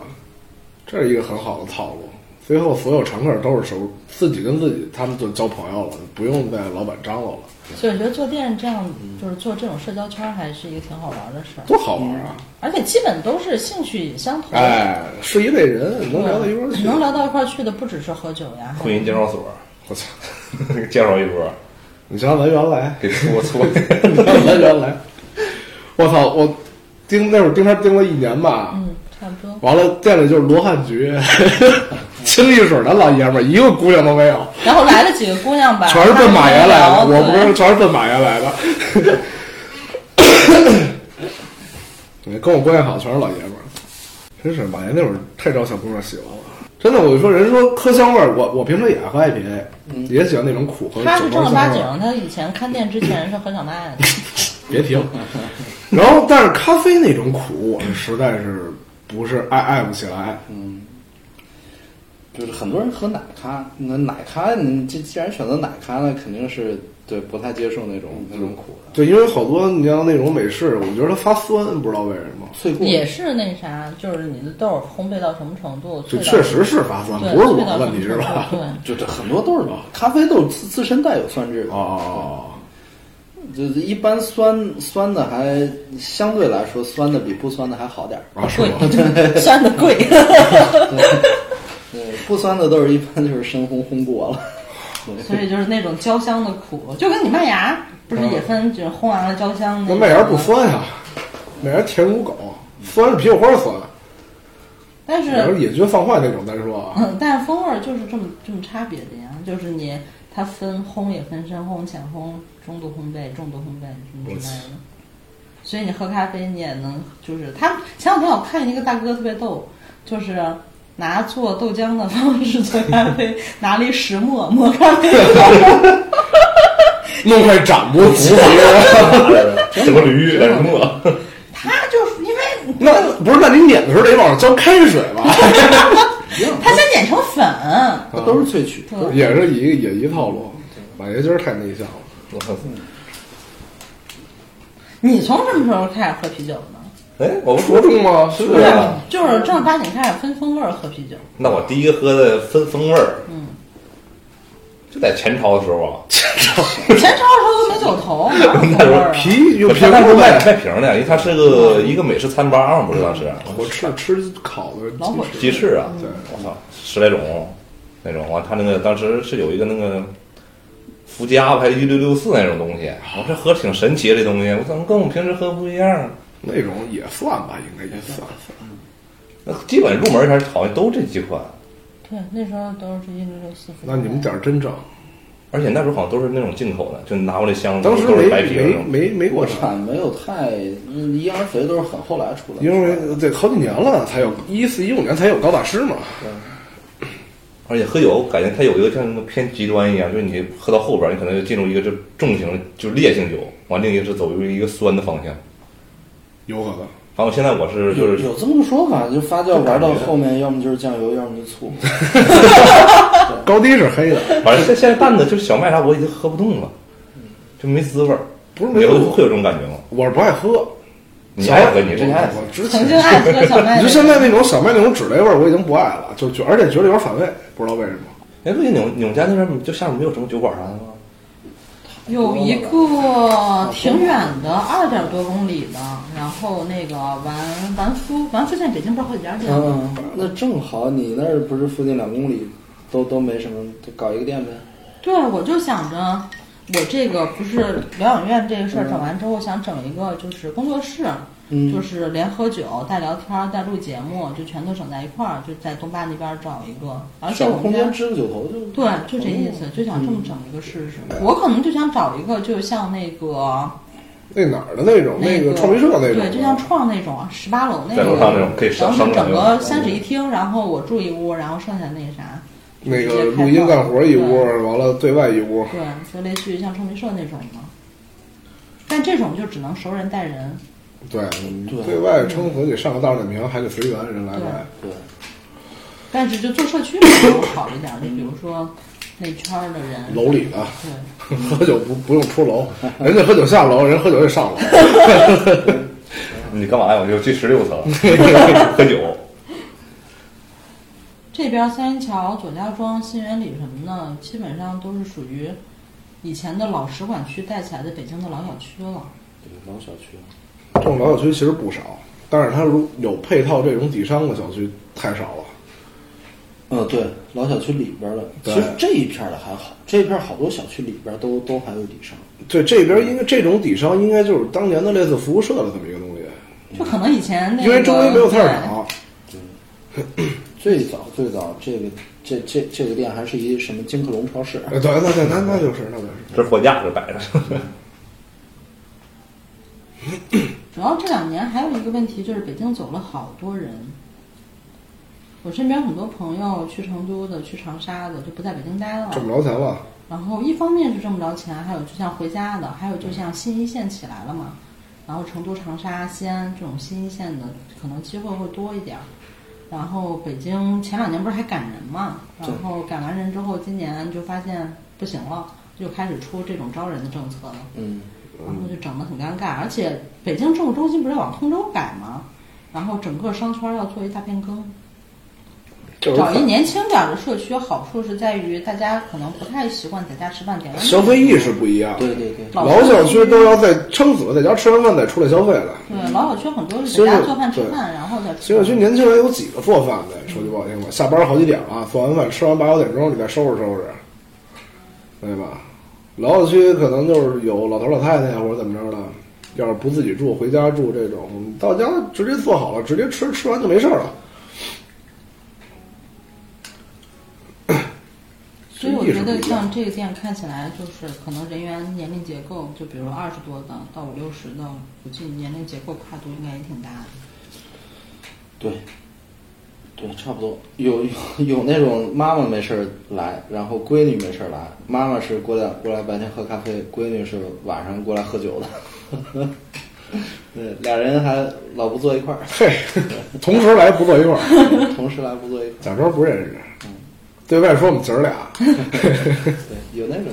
Speaker 4: 这是一个很好的套路。最后所有乘客都是熟，自己跟自己他们就交朋友了，不用再老板张罗了，
Speaker 1: 所以我觉得做店这样，就是做这种社交圈，还是一个挺好玩的事儿。
Speaker 4: 多好玩啊！
Speaker 1: 而且基本都是兴趣也相同，
Speaker 4: 哎，是一类人，能聊到一块儿
Speaker 1: 嗯
Speaker 4: 去。
Speaker 1: 能聊到一块儿去的不只是喝酒呀，
Speaker 3: 婚姻介绍所，
Speaker 4: 我操！
Speaker 3: 介绍一波，
Speaker 4: 你想想咱原来，
Speaker 3: 给搓 搓。
Speaker 4: 来原来， 我操！我盯那会儿盯他盯了一年吧，
Speaker 1: 嗯，差不多。
Speaker 4: 完了店里就是罗汉局，清一水的老爷们儿，一个姑娘都没有，
Speaker 1: 然后来了几个姑娘吧，
Speaker 4: 全是奔马爷来
Speaker 1: 她
Speaker 4: 的。
Speaker 1: 们
Speaker 4: 我
Speaker 1: 聊
Speaker 4: 不
Speaker 1: 对
Speaker 4: 是全是奔马爷来的。对，跟我关系好全是老爷们儿，真是马爷那会儿太招小姑娘喜欢了。真的，我就说人说喝香味儿，我我平时也爱喝 IPA，、也喜欢那种苦和
Speaker 1: 嗯他是
Speaker 4: 酒
Speaker 1: 正
Speaker 4: 庄
Speaker 1: 儿
Speaker 4: 香
Speaker 1: 八
Speaker 4: 味
Speaker 1: 经
Speaker 4: 儿，啊
Speaker 1: 他以前看店之前是很想卖 的。
Speaker 4: 别提了。然后，但是咖啡那种苦，我是实在是不是爱爱不起来。
Speaker 2: 就是很多人喝奶咖，那奶咖，你既既然选择奶咖，那肯定是对不太接受那种那种苦的
Speaker 4: 对，因为好多你像那种美式，我觉得它发酸，不知道为什么，
Speaker 2: 脆过。
Speaker 1: 也是那啥，就是你的豆儿烘焙到什么程度，脆
Speaker 4: 就
Speaker 1: 到
Speaker 4: 确实是发酸，
Speaker 1: 对，
Speaker 4: 不是我
Speaker 1: 脆到
Speaker 4: 的
Speaker 1: 什
Speaker 4: 问
Speaker 1: 么
Speaker 4: 题是
Speaker 1: 程度
Speaker 4: 吧？
Speaker 1: 对，
Speaker 2: 就这很多都是咖啡豆自自身带有酸质的，
Speaker 4: 哦，
Speaker 2: 就是一般酸酸的还相对来说酸的比不酸的还好点儿。
Speaker 4: 啊是吗？
Speaker 1: 贵，酸的 贵。
Speaker 2: 对，呃不酸的豆一般就是深烘烘过了。
Speaker 1: 所以就是那种焦香的苦，就跟你麦芽不是也分，就是烘完了焦香
Speaker 4: 那
Speaker 1: 种
Speaker 4: 麦芽不
Speaker 1: 吗，
Speaker 4: 酸呀、麦芽甜如狗，酸是啤酒花酸，
Speaker 1: 但
Speaker 4: 麦芽
Speaker 1: 是
Speaker 4: 野菌放坏那种，咱说啊，
Speaker 1: 嗯，但是风味儿就是这么这么差别的呀，就是你它分烘也分深烘、浅烘、中度烘焙、重度烘焙什么之类的。所以你喝咖啡，你也能就是他前两天我看一个大哥特别逗，就是拿做豆浆的方式做咖啡，拿了一石磨磨咖啡豆，
Speaker 4: 弄块展不 服啊
Speaker 3: 整个驴来磨，
Speaker 1: 他就是因为
Speaker 4: 那不是？那你碾的时候得往上浇开水吧？
Speaker 1: 他先碾成粉，
Speaker 4: 啊
Speaker 2: 它 都是萃取，
Speaker 1: 对
Speaker 4: 也是一也一套路。马爷今儿太内向了，
Speaker 3: 我操
Speaker 1: 你从什么时候开始喝啤酒的？
Speaker 3: 哎，我不
Speaker 4: 说中吗？
Speaker 3: 是
Speaker 4: 对
Speaker 3: 啊，
Speaker 1: 就是正儿八经开始分风味儿喝啤酒，
Speaker 3: 那我第一个喝的分风味儿，
Speaker 1: 嗯，
Speaker 3: 就在前朝的时候啊，
Speaker 1: 前朝的时候都没酒头，哪有风味儿啊？
Speaker 4: 啤 有
Speaker 3: 不
Speaker 4: 啤
Speaker 3: 是他那时
Speaker 4: 酒
Speaker 3: 候卖
Speaker 4: 呗，
Speaker 3: 卖瓶儿的，因为它是个一个美式餐吧嘛，不是当时
Speaker 4: 我吃吃烤的
Speaker 1: 老火
Speaker 3: 鸡翅啊，
Speaker 4: 对
Speaker 3: 我操，十来种那种，完他那个当时是有一个那个福佳还一六六四那种东西，我这喝挺神奇的这东西，我怎么跟我们平时喝不一样？啊
Speaker 4: 那种也算吧，应该也算。
Speaker 3: 那基本入门前好像都这几款，
Speaker 1: 对，那时候都是一六六四。
Speaker 4: 那你们点儿真正，
Speaker 3: 嗯而且那时候好像都是那种进口的，就拿过来箱子
Speaker 4: 当时
Speaker 3: 都
Speaker 4: 没
Speaker 3: 是白啤那
Speaker 4: 没
Speaker 3: 种。
Speaker 4: 没没
Speaker 2: 国
Speaker 4: 过产，
Speaker 2: 产没有太，嗯婴儿肥都是很后来出来的，
Speaker 4: 因为得好几年了才有，一四一五年才有高大师嘛。
Speaker 3: 而且喝酒感觉它有一个像那个偏极端一样，就是你喝到后边儿，你可能就进入一个就重型就烈性酒，完另一个是走入一个酸的方向。
Speaker 4: 有可能，
Speaker 3: 反正现在我是就
Speaker 2: 有
Speaker 3: 是
Speaker 2: 有这么个说法，就发酵玩到后面，要么就是酱油，要么就 醋。
Speaker 4: 高低是黑的，
Speaker 3: 反正现现在淡的，就是小麦啥我已经喝不动了，就没滋味儿。
Speaker 4: 不是
Speaker 3: 你
Speaker 4: 没
Speaker 3: 会
Speaker 4: 有，
Speaker 3: 会有这种感觉吗？
Speaker 4: 我是不爱喝。
Speaker 3: 你爱喝，你这爱喝。
Speaker 4: 我之
Speaker 1: 哎
Speaker 4: 前
Speaker 1: 曾经爱喝小麦
Speaker 4: 你
Speaker 1: 的，
Speaker 4: 就现在那种小麦那种脂类味儿，我已经不爱了，就觉而且觉得有点反胃，不知道为什么。
Speaker 3: 哎，不行，你们你们家那边就下面没有什么酒馆啥的吗？
Speaker 1: 有一个挺远的，二点多公里的，然后那个完完肤完肤县北京不是好几家店吗？
Speaker 2: 嗯，那正好你那儿不是附近两公里都都没什么，就搞一个店呗。
Speaker 1: 对，我就想着，我这个不是疗养院这个事儿整完之后，想整一个就是工作室，
Speaker 2: 嗯
Speaker 1: 就是连喝酒、带聊天、带录节目，就全都整在一块儿，就在东坝那边找一个，而且
Speaker 2: 小
Speaker 1: 我
Speaker 2: 空
Speaker 1: 们
Speaker 2: 间
Speaker 1: 家。
Speaker 2: 支个酒头就
Speaker 1: 对，就这意思，就想这么整一个试试。我可能就想找一个，就像那个
Speaker 4: 那哪儿的那种，那
Speaker 1: 个
Speaker 4: 个创维社那种，
Speaker 1: 对，就像创那种十八楼那
Speaker 3: 在
Speaker 1: 个，
Speaker 3: 楼上那种可以
Speaker 1: 然
Speaker 3: 上
Speaker 1: 后
Speaker 3: 商
Speaker 1: 是
Speaker 3: 场
Speaker 1: 整
Speaker 3: 那
Speaker 1: 个
Speaker 3: 种。
Speaker 1: 三室一厅，然后我住一屋，然后剩下那啥，
Speaker 4: 那个录音干活一屋，完了对外一屋，
Speaker 1: 对，就类似于像创民社那种嘛。但这种就只能熟人带人，
Speaker 4: 对
Speaker 2: 对
Speaker 4: 对外称呼得上个大众点评，还得随缘人来买。
Speaker 2: 对，
Speaker 1: 但是就做社区可能好一点，就比如说那圈儿的人，
Speaker 4: 楼里的
Speaker 1: 对，
Speaker 4: 喝酒不不用出楼，人家喝酒下楼，人喝酒得上楼。
Speaker 3: 你干嘛呀？我就去十六层喝酒。
Speaker 1: 这边三元桥、左家庄、新源里什么的，基本上都是属于以前的老使馆区带起来的北京的老小区了。
Speaker 2: 对老小区，
Speaker 4: 这种老小区其实不少，但是它如有配套这种底商的小区太少了。
Speaker 2: 嗯，对，老小区里边儿的，其
Speaker 4: 对
Speaker 2: 实这一片儿的还好，这一片儿好多小区里边儿都都还有底商。
Speaker 4: 对，这边应该这种底商应该就是当年的类似服务社的这么一个东西，
Speaker 1: 就可能以前那个
Speaker 4: 因为周围没有菜市
Speaker 1: 对
Speaker 4: 场。
Speaker 2: 最早最早，这个这这这个店还是一什么金客隆超市，
Speaker 4: 呃，对，那那那那就是那就是。
Speaker 3: 这货架就摆着，
Speaker 1: 主要这两年还有一个问题就是北京走了好多人，我身边很多朋友去成都的、去长沙的就不在北京待了。
Speaker 4: 挣不着钱了，
Speaker 1: 然后一方面是挣不着钱，还有就像回家的，还有就像新一线起来了嘛，然后成都、长沙、西安这种新一线的可能机会会多一点儿。然后北京前两年不是还赶人嘛，然后赶完人之后，今年就发现不行了，就开始出这种招人的政策了。
Speaker 2: 嗯，
Speaker 1: 然后就整得很尴尬。而且北京政务中心不是要往通州改吗？然后整个商圈要做一大变更，
Speaker 4: 就是
Speaker 1: 找一年轻点儿的社区，好处是在于大家可能不太习惯在家吃饭点外卖
Speaker 4: 消费意识不一样。
Speaker 2: 对对对，
Speaker 1: 老
Speaker 4: 老小区都要在撑死了，在家吃完饭再出来消费了。
Speaker 1: 对，老小区很多
Speaker 4: 所
Speaker 1: 是
Speaker 4: 以
Speaker 1: 在家
Speaker 4: 我
Speaker 1: 做饭吃
Speaker 4: 对
Speaker 1: 饭，然后再
Speaker 4: 新小区年轻人有几个做饭的？说句不好听的，下班好几点了，做完饭吃完八九点钟，你再收拾收拾，对吧？老小区可能就是有老头老太太呀，或者怎么着的，要是不自己住，回家住这种，到家直接做好了，直接吃，吃完就没事儿了。
Speaker 1: 所以我觉得
Speaker 4: 这意识不一样
Speaker 1: 像这个店看起来就是可能人员年龄结构，就比如二十多的到五六十的，估计年龄结构跨度应该也挺大的。
Speaker 2: 对，对，差不多。有有有那种妈妈没事儿来，然后闺女没事儿来，妈妈是过来过来白天喝咖啡，闺女是晚上过来喝酒的。 对，俩人还老不坐一块儿，
Speaker 4: 嘿，同时来不坐一块儿。
Speaker 2: 同时来不坐一块
Speaker 4: 假装不认识，对外说我们姐儿俩。
Speaker 2: 儿。对，有那种。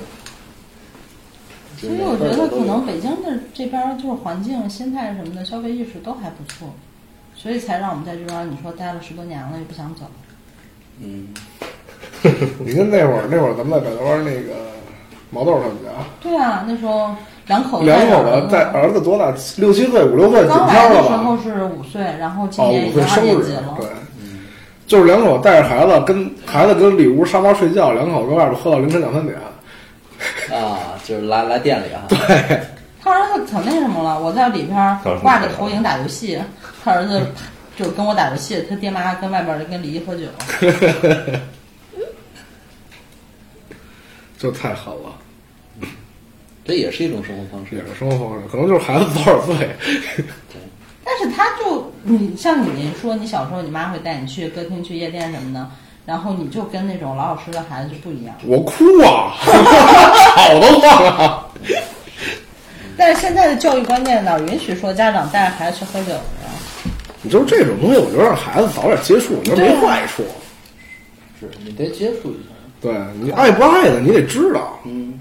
Speaker 1: 其实我觉得可能北京的这边儿就是环境、心态什么的，消费意识都还不错，所以才让我们在这边儿你说待了十多年了也不想走。
Speaker 2: 嗯，
Speaker 4: 你看那会儿，那会儿咱们在百家湾那个毛豆他们家，
Speaker 1: 对啊，那时候两口子
Speaker 4: 两
Speaker 1: 带
Speaker 4: 口
Speaker 1: 哦儿
Speaker 4: 子
Speaker 1: 子
Speaker 4: 带儿子多大？六七岁、五六岁，顶
Speaker 1: 刚
Speaker 4: 天
Speaker 1: 来
Speaker 4: 了
Speaker 1: 的时候
Speaker 4: 吧？
Speaker 1: 是五岁，然后今
Speaker 4: 哦，
Speaker 1: 年
Speaker 4: 五
Speaker 1: 已经
Speaker 4: 岁
Speaker 1: 二
Speaker 4: 生
Speaker 1: 年
Speaker 4: 日
Speaker 1: 级了，，
Speaker 4: 对，就是两口子带着孩子，跟孩子跟里屋沙发睡觉，两口子在外边喝到凌晨两三点。
Speaker 2: 啊，就是来来店里啊，
Speaker 1: 他儿子可那什么了，我在里边儿挂着投影打游戏，他儿子就是跟我打游戏，他爹妈跟外边儿跟李毅喝酒。
Speaker 4: 这太狠了，
Speaker 2: 这也是一种生活方
Speaker 4: 也
Speaker 2: 式。
Speaker 4: 是生活方式，可能就是孩子多少岁，
Speaker 1: 但是他就你像你说，你小时候你妈会带你去歌厅、去夜店什么的，然后你就跟那种老老实实的孩子就不一样。
Speaker 4: 我哭啊，好都忘了。嗯
Speaker 1: 但是现在的教育观念哪允许说家长带着孩子去喝酒的？
Speaker 4: 你就是这种东西，我觉得让孩子早点接触，我觉得没
Speaker 1: 对啊
Speaker 4: 坏处。
Speaker 2: 是你得接触一下。
Speaker 4: 对你爱不爱的，你得知道。
Speaker 2: 嗯，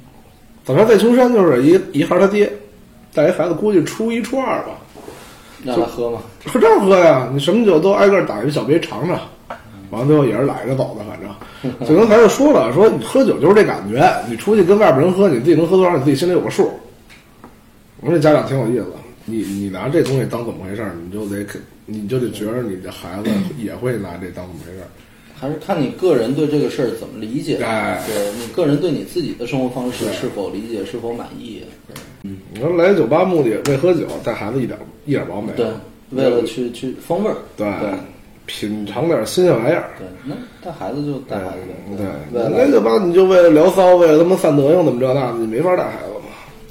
Speaker 4: 早前在青山就是一一孩儿他爹，带一孩子，估计初一初二吧，
Speaker 2: 让他喝吗？
Speaker 4: 喝照喝呀，你什么酒都挨个打一小杯尝尝。完了最后也是懒着走的，反正就刚才就说了，说你喝酒就是这感觉，你出去跟外边人喝，你自己能喝多少，你自己心里有个数。我说这家长挺有意思，你你拿这东西当怎么回事儿，你就得肯你就得觉得你的孩子也会拿这当怎么回事儿。
Speaker 2: 还是看你个人对这个事儿怎么理解，
Speaker 4: 哎
Speaker 2: 对你个人对你自己的生活方式
Speaker 4: 对哎
Speaker 2: 是否理解、是否满意，对
Speaker 4: 你说来酒吧目的为喝酒，带孩子一点一点毛没有。
Speaker 2: 对，为了去去风味儿，
Speaker 4: 对
Speaker 2: 对
Speaker 4: 品尝点新鲜玩意儿。
Speaker 2: 对，那带孩子就带孩子呗，
Speaker 4: 对，
Speaker 2: 为
Speaker 4: 那
Speaker 2: 了
Speaker 4: 酒吧你就为了聊骚，为了他妈散德性，怎么这那的，你没法带孩子嘛。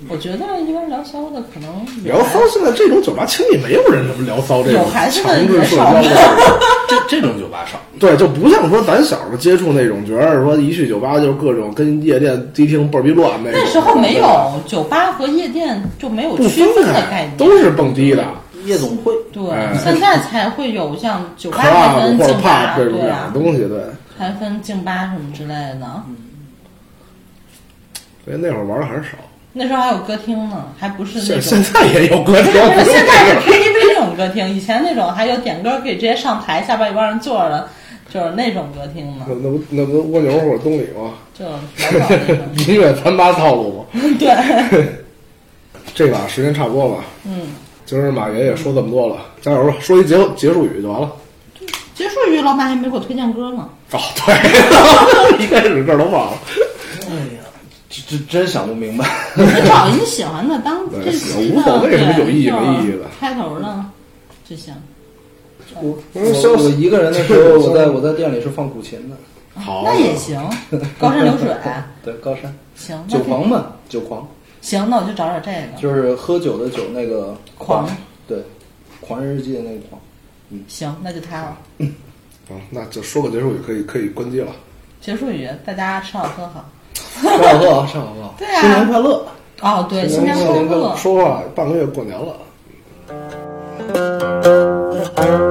Speaker 1: 我觉得一般聊骚的可能有
Speaker 4: 聊骚现在这种酒吧，轻易没有人什么聊骚这种
Speaker 1: 有孩子的
Speaker 4: 强制
Speaker 1: 也
Speaker 4: 社
Speaker 1: 少
Speaker 4: 交的 这种。
Speaker 2: 这这种酒吧少，
Speaker 4: 对，就不像说咱小时候接触那种，觉得说一去酒吧就是各种跟夜店、迪厅倍儿逼乱那种。
Speaker 1: 那时候没有酒吧和夜店就没有
Speaker 4: 不
Speaker 1: 区
Speaker 4: 分
Speaker 1: 分的概
Speaker 4: 开，
Speaker 1: 念，
Speaker 4: 都是蹦迪的。
Speaker 2: 夜总会，
Speaker 1: 对，
Speaker 4: 哎
Speaker 1: 现在才会有像酒吧还
Speaker 4: club
Speaker 1: 分
Speaker 4: 或者
Speaker 1: 静吧，
Speaker 4: pub 这种
Speaker 1: 对
Speaker 4: 两
Speaker 1: 啊
Speaker 4: 个，东西，对，
Speaker 1: 还分静吧什么之类的。
Speaker 4: 所以那会儿玩的还是少。
Speaker 1: 那时候还有歌厅呢，还不是那
Speaker 4: 现
Speaker 1: 种
Speaker 4: 现。在也有 歌厅，
Speaker 1: 不是现在是 KTV 那种歌厅，以前那种还有点歌可以直接上台，下边一帮人坐着，就是那种歌厅嘛
Speaker 4: 那， 那不那不蜗牛或者东里吗？
Speaker 1: 就老早那种。
Speaker 4: 音乐三八套路嘛。
Speaker 1: 对，
Speaker 4: 这个啊时间差不多了，
Speaker 1: 嗯，
Speaker 4: 今儿马爷也说这么多了，加油吧！说一结结束语就完了。
Speaker 1: 结束于老马还没给我推荐歌呢。
Speaker 4: 哦，对，一 开始这儿都忘了。
Speaker 2: 这这真想不明白，
Speaker 1: 你找一喜欢的当
Speaker 4: 对
Speaker 1: 这期的
Speaker 4: 无所谓什么有意义
Speaker 1: 对
Speaker 4: 没意义的
Speaker 1: 开头的就行。
Speaker 2: 我
Speaker 4: 嗯消
Speaker 2: 我
Speaker 4: 息
Speaker 2: 我一个人的时候，我在我在店里是放古琴的，
Speaker 4: 好
Speaker 1: 那也行，高山流水，
Speaker 2: 对，高山
Speaker 1: 行，那
Speaker 2: 酒
Speaker 1: 可以
Speaker 2: 狂嘛，酒狂
Speaker 1: 行，那我就找找这个。
Speaker 2: 就是喝酒的酒那个
Speaker 1: 狂，
Speaker 2: 对，狂人日记的那个狂，
Speaker 1: 行，那就它了。
Speaker 4: 啊，那就说个结束语，可以可以关机了。
Speaker 1: 结束语，大家吃好喝好。
Speaker 2: 上好喝啊，上好喝啊，
Speaker 1: 对啊
Speaker 2: 新年快乐。
Speaker 1: 哦，对，新年快乐。
Speaker 4: 说话半个月过年了。